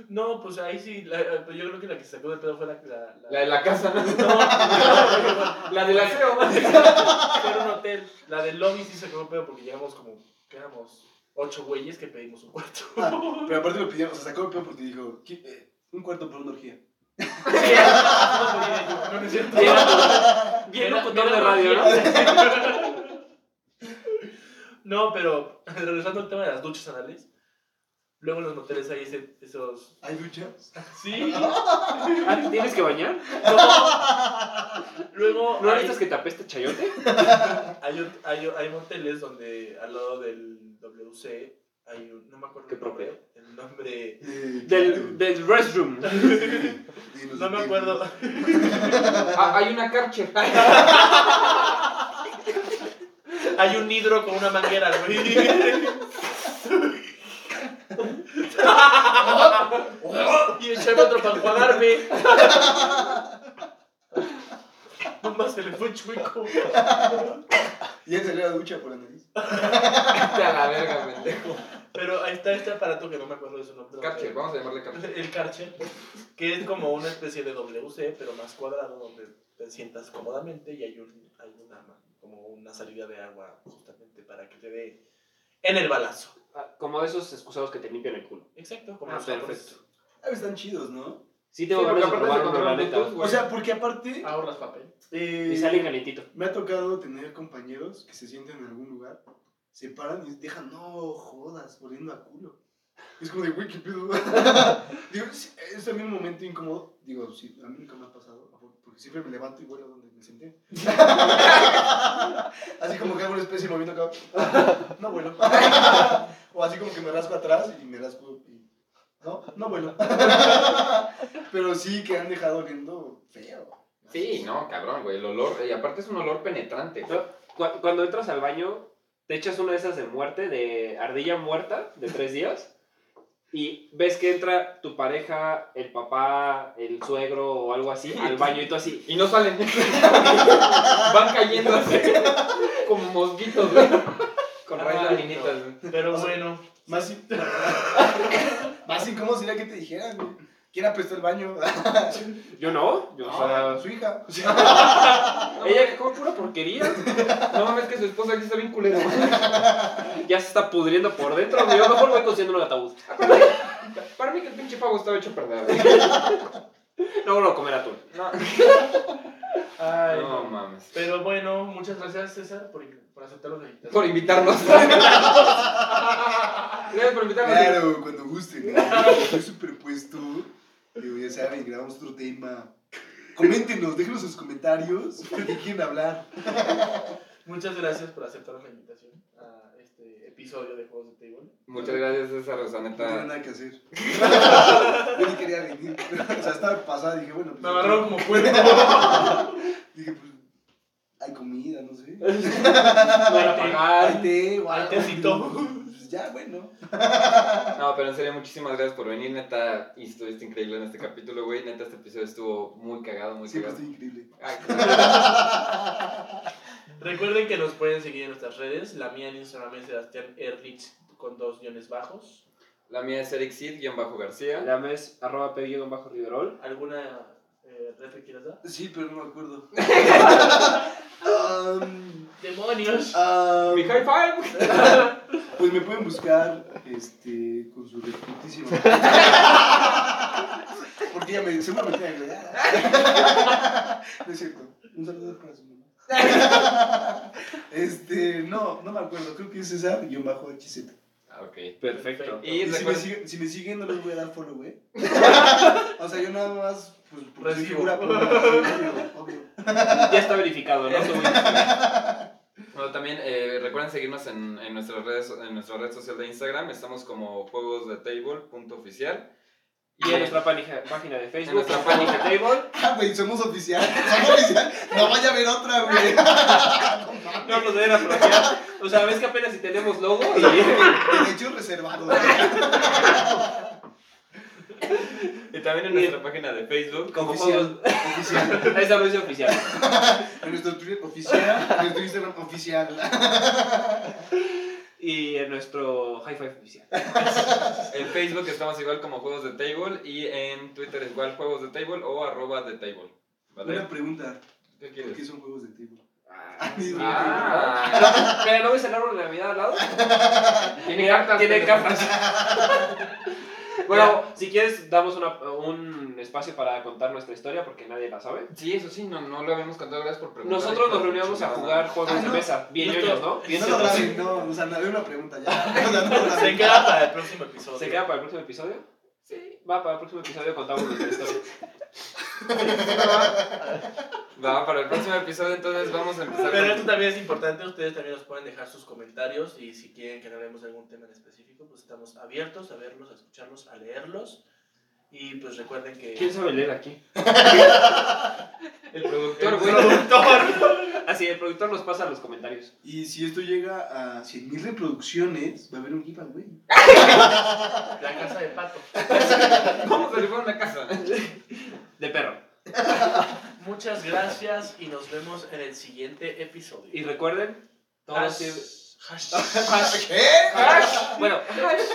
Speaker 3: No, pues ahí sí, la- eh, pues yo creo que la que se sacó de pedo fue la... la, la-
Speaker 4: La de la casa, ¿no?
Speaker 3: No,
Speaker 4: La del
Speaker 1: Pues,
Speaker 4: aseo, ¿no?
Speaker 3: fue en un hotel. La del lobby sí se sacó de pedo porque llegamos como, ¿qué éramos? Ocho güeyes que pedimos un cuarto.
Speaker 2: Pero aparte lo pidieron, o sea, sacó el peor porque dijo, "¿Qué- eh, un cuarto por una orgía.
Speaker 3: no, no es cierto.
Speaker 1: Bien
Speaker 3: Era-
Speaker 1: locutor
Speaker 3: era
Speaker 1: de
Speaker 3: una
Speaker 1: radio, ¿no?
Speaker 3: fiesta. No, pero regresando al tema de las duchas anales, luego en los moteles hay ese- esos...
Speaker 2: ¿Hay duchas?
Speaker 3: Sí,
Speaker 1: Ah, ¿te ¿Tienes que bañar?
Speaker 3: luego
Speaker 1: ¿No
Speaker 3: hay,
Speaker 1: necesitas que te apeste chayote?
Speaker 3: hay, ot- hay, hay moteles donde al lado del WC hay un... No me acuerdo
Speaker 1: Qué
Speaker 3: el nombre. El nombre...
Speaker 1: Del, del restroom.
Speaker 3: No me acuerdo.
Speaker 4: Ah, hay una carche.
Speaker 3: Hay un hidro con una manguera, güey. y echarme otro para enjuagarme. Nomás se le fue chueco.
Speaker 2: Y él salió a la ducha por la nariz.
Speaker 4: Vete a la verga, pendejo.
Speaker 3: Pero ahí está este aparato que no me acuerdo de su nombre.
Speaker 4: Carche, vamos a llamarle carche.
Speaker 3: El Karcher, que es como una especie de WC, pero más cuadrado, donde te sientas cómodamente y hay, un, hay una, como una salida de agua justamente para que te dé en el balazo.
Speaker 1: Ah, Como de esos excusados que te limpian el culo.
Speaker 3: Exacto, como
Speaker 1: Ah,
Speaker 3: los japoneses.
Speaker 1: perfecto.
Speaker 2: Ah, están chidos, ¿no?
Speaker 1: Sí,
Speaker 4: Sí,
Speaker 1: tengo
Speaker 4: porque
Speaker 1: ganas de
Speaker 4: aparte
Speaker 1: probar uno,
Speaker 4: se
Speaker 1: la
Speaker 4: controlan
Speaker 1: neta.
Speaker 4: Bluetooth,
Speaker 2: O
Speaker 4: güey.
Speaker 2: sea, porque aparte...
Speaker 3: Ahorras papel.
Speaker 2: eh,
Speaker 1: Y sale calentito.
Speaker 2: Me ha tocado tener compañeros que se sienten en algún lugar, se paran y dejan, no jodas, volviendo a culo. Es como de, güey, qué pedo. digo, es, es también un momento incómodo. Digo, sí, a mí nunca me ha pasado, porque siempre me levanto y voy a donde me senté. así como que hago una especie de movimiento acá. No vuelo. o así como que me rasco atrás y me rasco y. No, no vuelo. Pero sí que han dejado oliendo feo.
Speaker 4: Sí, no, cabrón, güey. El olor, y aparte es un olor penetrante. güey.
Speaker 1: Cu- Cuando entras al baño, te echas una de esas de muerte, de ardilla muerta, de tres días. Y ves que entra tu pareja, el papá, el suegro o algo así al baño y tú así.
Speaker 4: Y no salen. Van cayendo así. Como mosquitos, güey. Con raíz
Speaker 3: Ah,
Speaker 4: laminitas, güey.
Speaker 3: Pero bueno,
Speaker 2: Más, in- más incómodo sería que te dijeran, güey. ¿Quién apestó el baño? Ah,
Speaker 1: Yo no. Yo, o sea,
Speaker 2: su hija.
Speaker 1: ella que come pura porquería.
Speaker 4: No mames, que su esposa aquí está bien culera. güey.
Speaker 1: Ya se está pudriendo por dentro. güey. Yo mejor voy cociendo un ataúd.
Speaker 4: Para mí que el pinche pavo estaba hecho perder. güey.
Speaker 1: No vuelvo a comer atún.
Speaker 4: No,
Speaker 3: ay, no.
Speaker 4: no mames.
Speaker 3: Pero bueno, muchas gracias César por, por aceptar los invitados.
Speaker 4: Por invitarnos. Gracias por invitarnos.
Speaker 2: Claro, cuando gusten. ¿no? Estoy superpuesto. Digo, ya saben, grabamos otro tema. Coméntenos, déjenos sus comentarios. ¿De qué quieren hablar?
Speaker 3: Muchas gracias por aceptar la invitación a este episodio de Juegos de Table.
Speaker 4: Muchas gracias, César. O sea,
Speaker 2: No tenía
Speaker 4: neta.
Speaker 2: nada que hacer. Yo ni quería venir. O sea, estaba pasada. Dije, bueno, pues.
Speaker 3: Me agarraron como puerco.
Speaker 2: Dije, pues. Hay comida, no sé.
Speaker 1: Para
Speaker 2: Hay
Speaker 1: pagar.
Speaker 2: té o
Speaker 3: Hay
Speaker 2: algo.
Speaker 3: tecito.
Speaker 2: Pues ya, bueno.
Speaker 4: No, pero en serio, muchísimas gracias por venir, neta. Y estuviste increíble en este capítulo, güey. Neta, este episodio estuvo muy cagado, muy
Speaker 2: Siempre
Speaker 4: cagado.
Speaker 2: pues, estoy increíble.
Speaker 4: Ay, claro.
Speaker 3: Recuerden que nos pueden seguir en nuestras redes. La mía en Instagram es Sebastián Erlich con dos guiones bajos.
Speaker 4: La mía es Eric Sid-García.
Speaker 1: La mía es arroba bajo riverol.
Speaker 7: ¿Alguna eh, ref que quieras dar?
Speaker 2: Sí, pero no me acuerdo. Um, Am,
Speaker 7: ¡Demonios!
Speaker 3: Ah,
Speaker 2: am,
Speaker 4: Mi high five.
Speaker 2: um, pues me pueden buscar este, con su respetísimo. Porque ella me seguramente me agregará. No es cierto. Un saludo para su mamá. Este, no, no me acuerdo. Creo que es esa guión bajo HZ.
Speaker 4: Ah, ok.
Speaker 1: Perfecto.
Speaker 4: Y
Speaker 2: Y si, me
Speaker 4: recuerden-
Speaker 2: siguen, si me siguen, no les voy a dar follow, güey. o sea, yo nada más, pues, porque soy
Speaker 7: Recibo.
Speaker 2: figura pública, obvio, obvio.
Speaker 1: Ya está verificado, ¿no? Tu-
Speaker 4: Bueno, también eh, recuerden seguirnos en, en, nuestras redes, en nuestra red social de Instagram. Estamos como juegos de table.oficial.
Speaker 1: Y en nuestra panija- página de Facebook,
Speaker 4: En nuestra
Speaker 1: página de Table.
Speaker 2: Ah, güey, somos oficial, somos oficial. No vaya a haber otra, güey.
Speaker 1: No nos deben apropiar. O sea, ves que apenas si tenemos logo y,
Speaker 2: Derecho reservado, güey.
Speaker 4: Y también en nuestra página de Facebook.
Speaker 1: como
Speaker 2: Oficial.
Speaker 1: juegos.
Speaker 2: Oficial.
Speaker 1: Esa no es oficial.
Speaker 2: En nuestro Twitter oficial, en nuestro Instagram oficial.
Speaker 1: Y en nuestro high five oficial.
Speaker 4: En Facebook estamos igual como juegos de table. Y en Twitter es igual juegos de table o arroba de table. ¿Vale?
Speaker 2: Una pregunta,
Speaker 4: ¿Qué
Speaker 2: ¿por qué
Speaker 4: quieres?
Speaker 2: son juegos de table?
Speaker 1: Ah,
Speaker 2: sí.
Speaker 1: ah. Pero no ves el árbol de Navidad al lado.
Speaker 4: Tiene cartas.
Speaker 1: Tiene
Speaker 4: pero-
Speaker 1: capas. Bueno, si quieres, damos una- un espacio para contar nuestra historia porque nadie la sabe.
Speaker 4: Sí, eso sí, no, no lo habíamos contado. Gracias por preguntar.
Speaker 1: Nosotros
Speaker 4: Hijo
Speaker 1: nos
Speaker 4: de tu
Speaker 1: reuníamos a
Speaker 4: chingada.
Speaker 1: jugar juegos
Speaker 2: Ah,
Speaker 1: de
Speaker 2: no.
Speaker 1: mesa. Bien
Speaker 7: No,
Speaker 1: ñoños,
Speaker 7: no.
Speaker 1: ¿no? Bien
Speaker 2: No lo
Speaker 1: ñoños.
Speaker 2: graben, no, o sea, no, una pregunta ya. O sea, no lo
Speaker 7: Se
Speaker 2: graben.
Speaker 7: queda para el próximo episodio.
Speaker 1: ¿Se queda para el próximo episodio? Sí. Va, para el próximo episodio contamos nuestra historia.
Speaker 4: Va, para el próximo episodio entonces vamos a empezar.
Speaker 7: Pero
Speaker 4: con-
Speaker 7: esto también es importante, ustedes también nos pueden dejar sus comentarios y si quieren que hablemos de algún tema en específico, pues estamos abiertos a verlos, a escucharlos, a leerlos. Y pues recuerden que...
Speaker 1: ¿Quién sabe leer aquí?
Speaker 4: El productor, güey.
Speaker 1: Así, Ah, el productor nos pasa los comentarios.
Speaker 2: Y si esto llega a 100.000 reproducciones, va a haber un giveaway.
Speaker 7: La casa de pato.
Speaker 4: Vamos a rifar una casa.
Speaker 1: De perro.
Speaker 7: Muchas gracias y nos vemos en el siguiente episodio.
Speaker 1: Y recuerden, todos... sirve-
Speaker 7: Hash-
Speaker 2: ¿Qué?
Speaker 1: Bueno,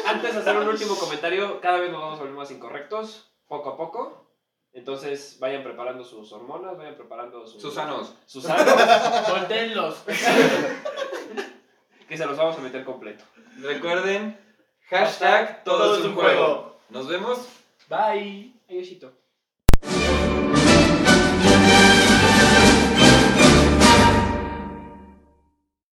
Speaker 1: antes de hacer un último comentario, cada vez nos vamos a volver más incorrectos, poco a poco. Entonces vayan preparando sus hormonas, vayan preparando sus...
Speaker 4: Susanos.
Speaker 1: sus aros,
Speaker 7: Volteenlos.
Speaker 1: que se los vamos a meter completo.
Speaker 4: Recuerden, hashtag todo es un juego. Nos vemos.
Speaker 7: Bye.
Speaker 1: Adiósito.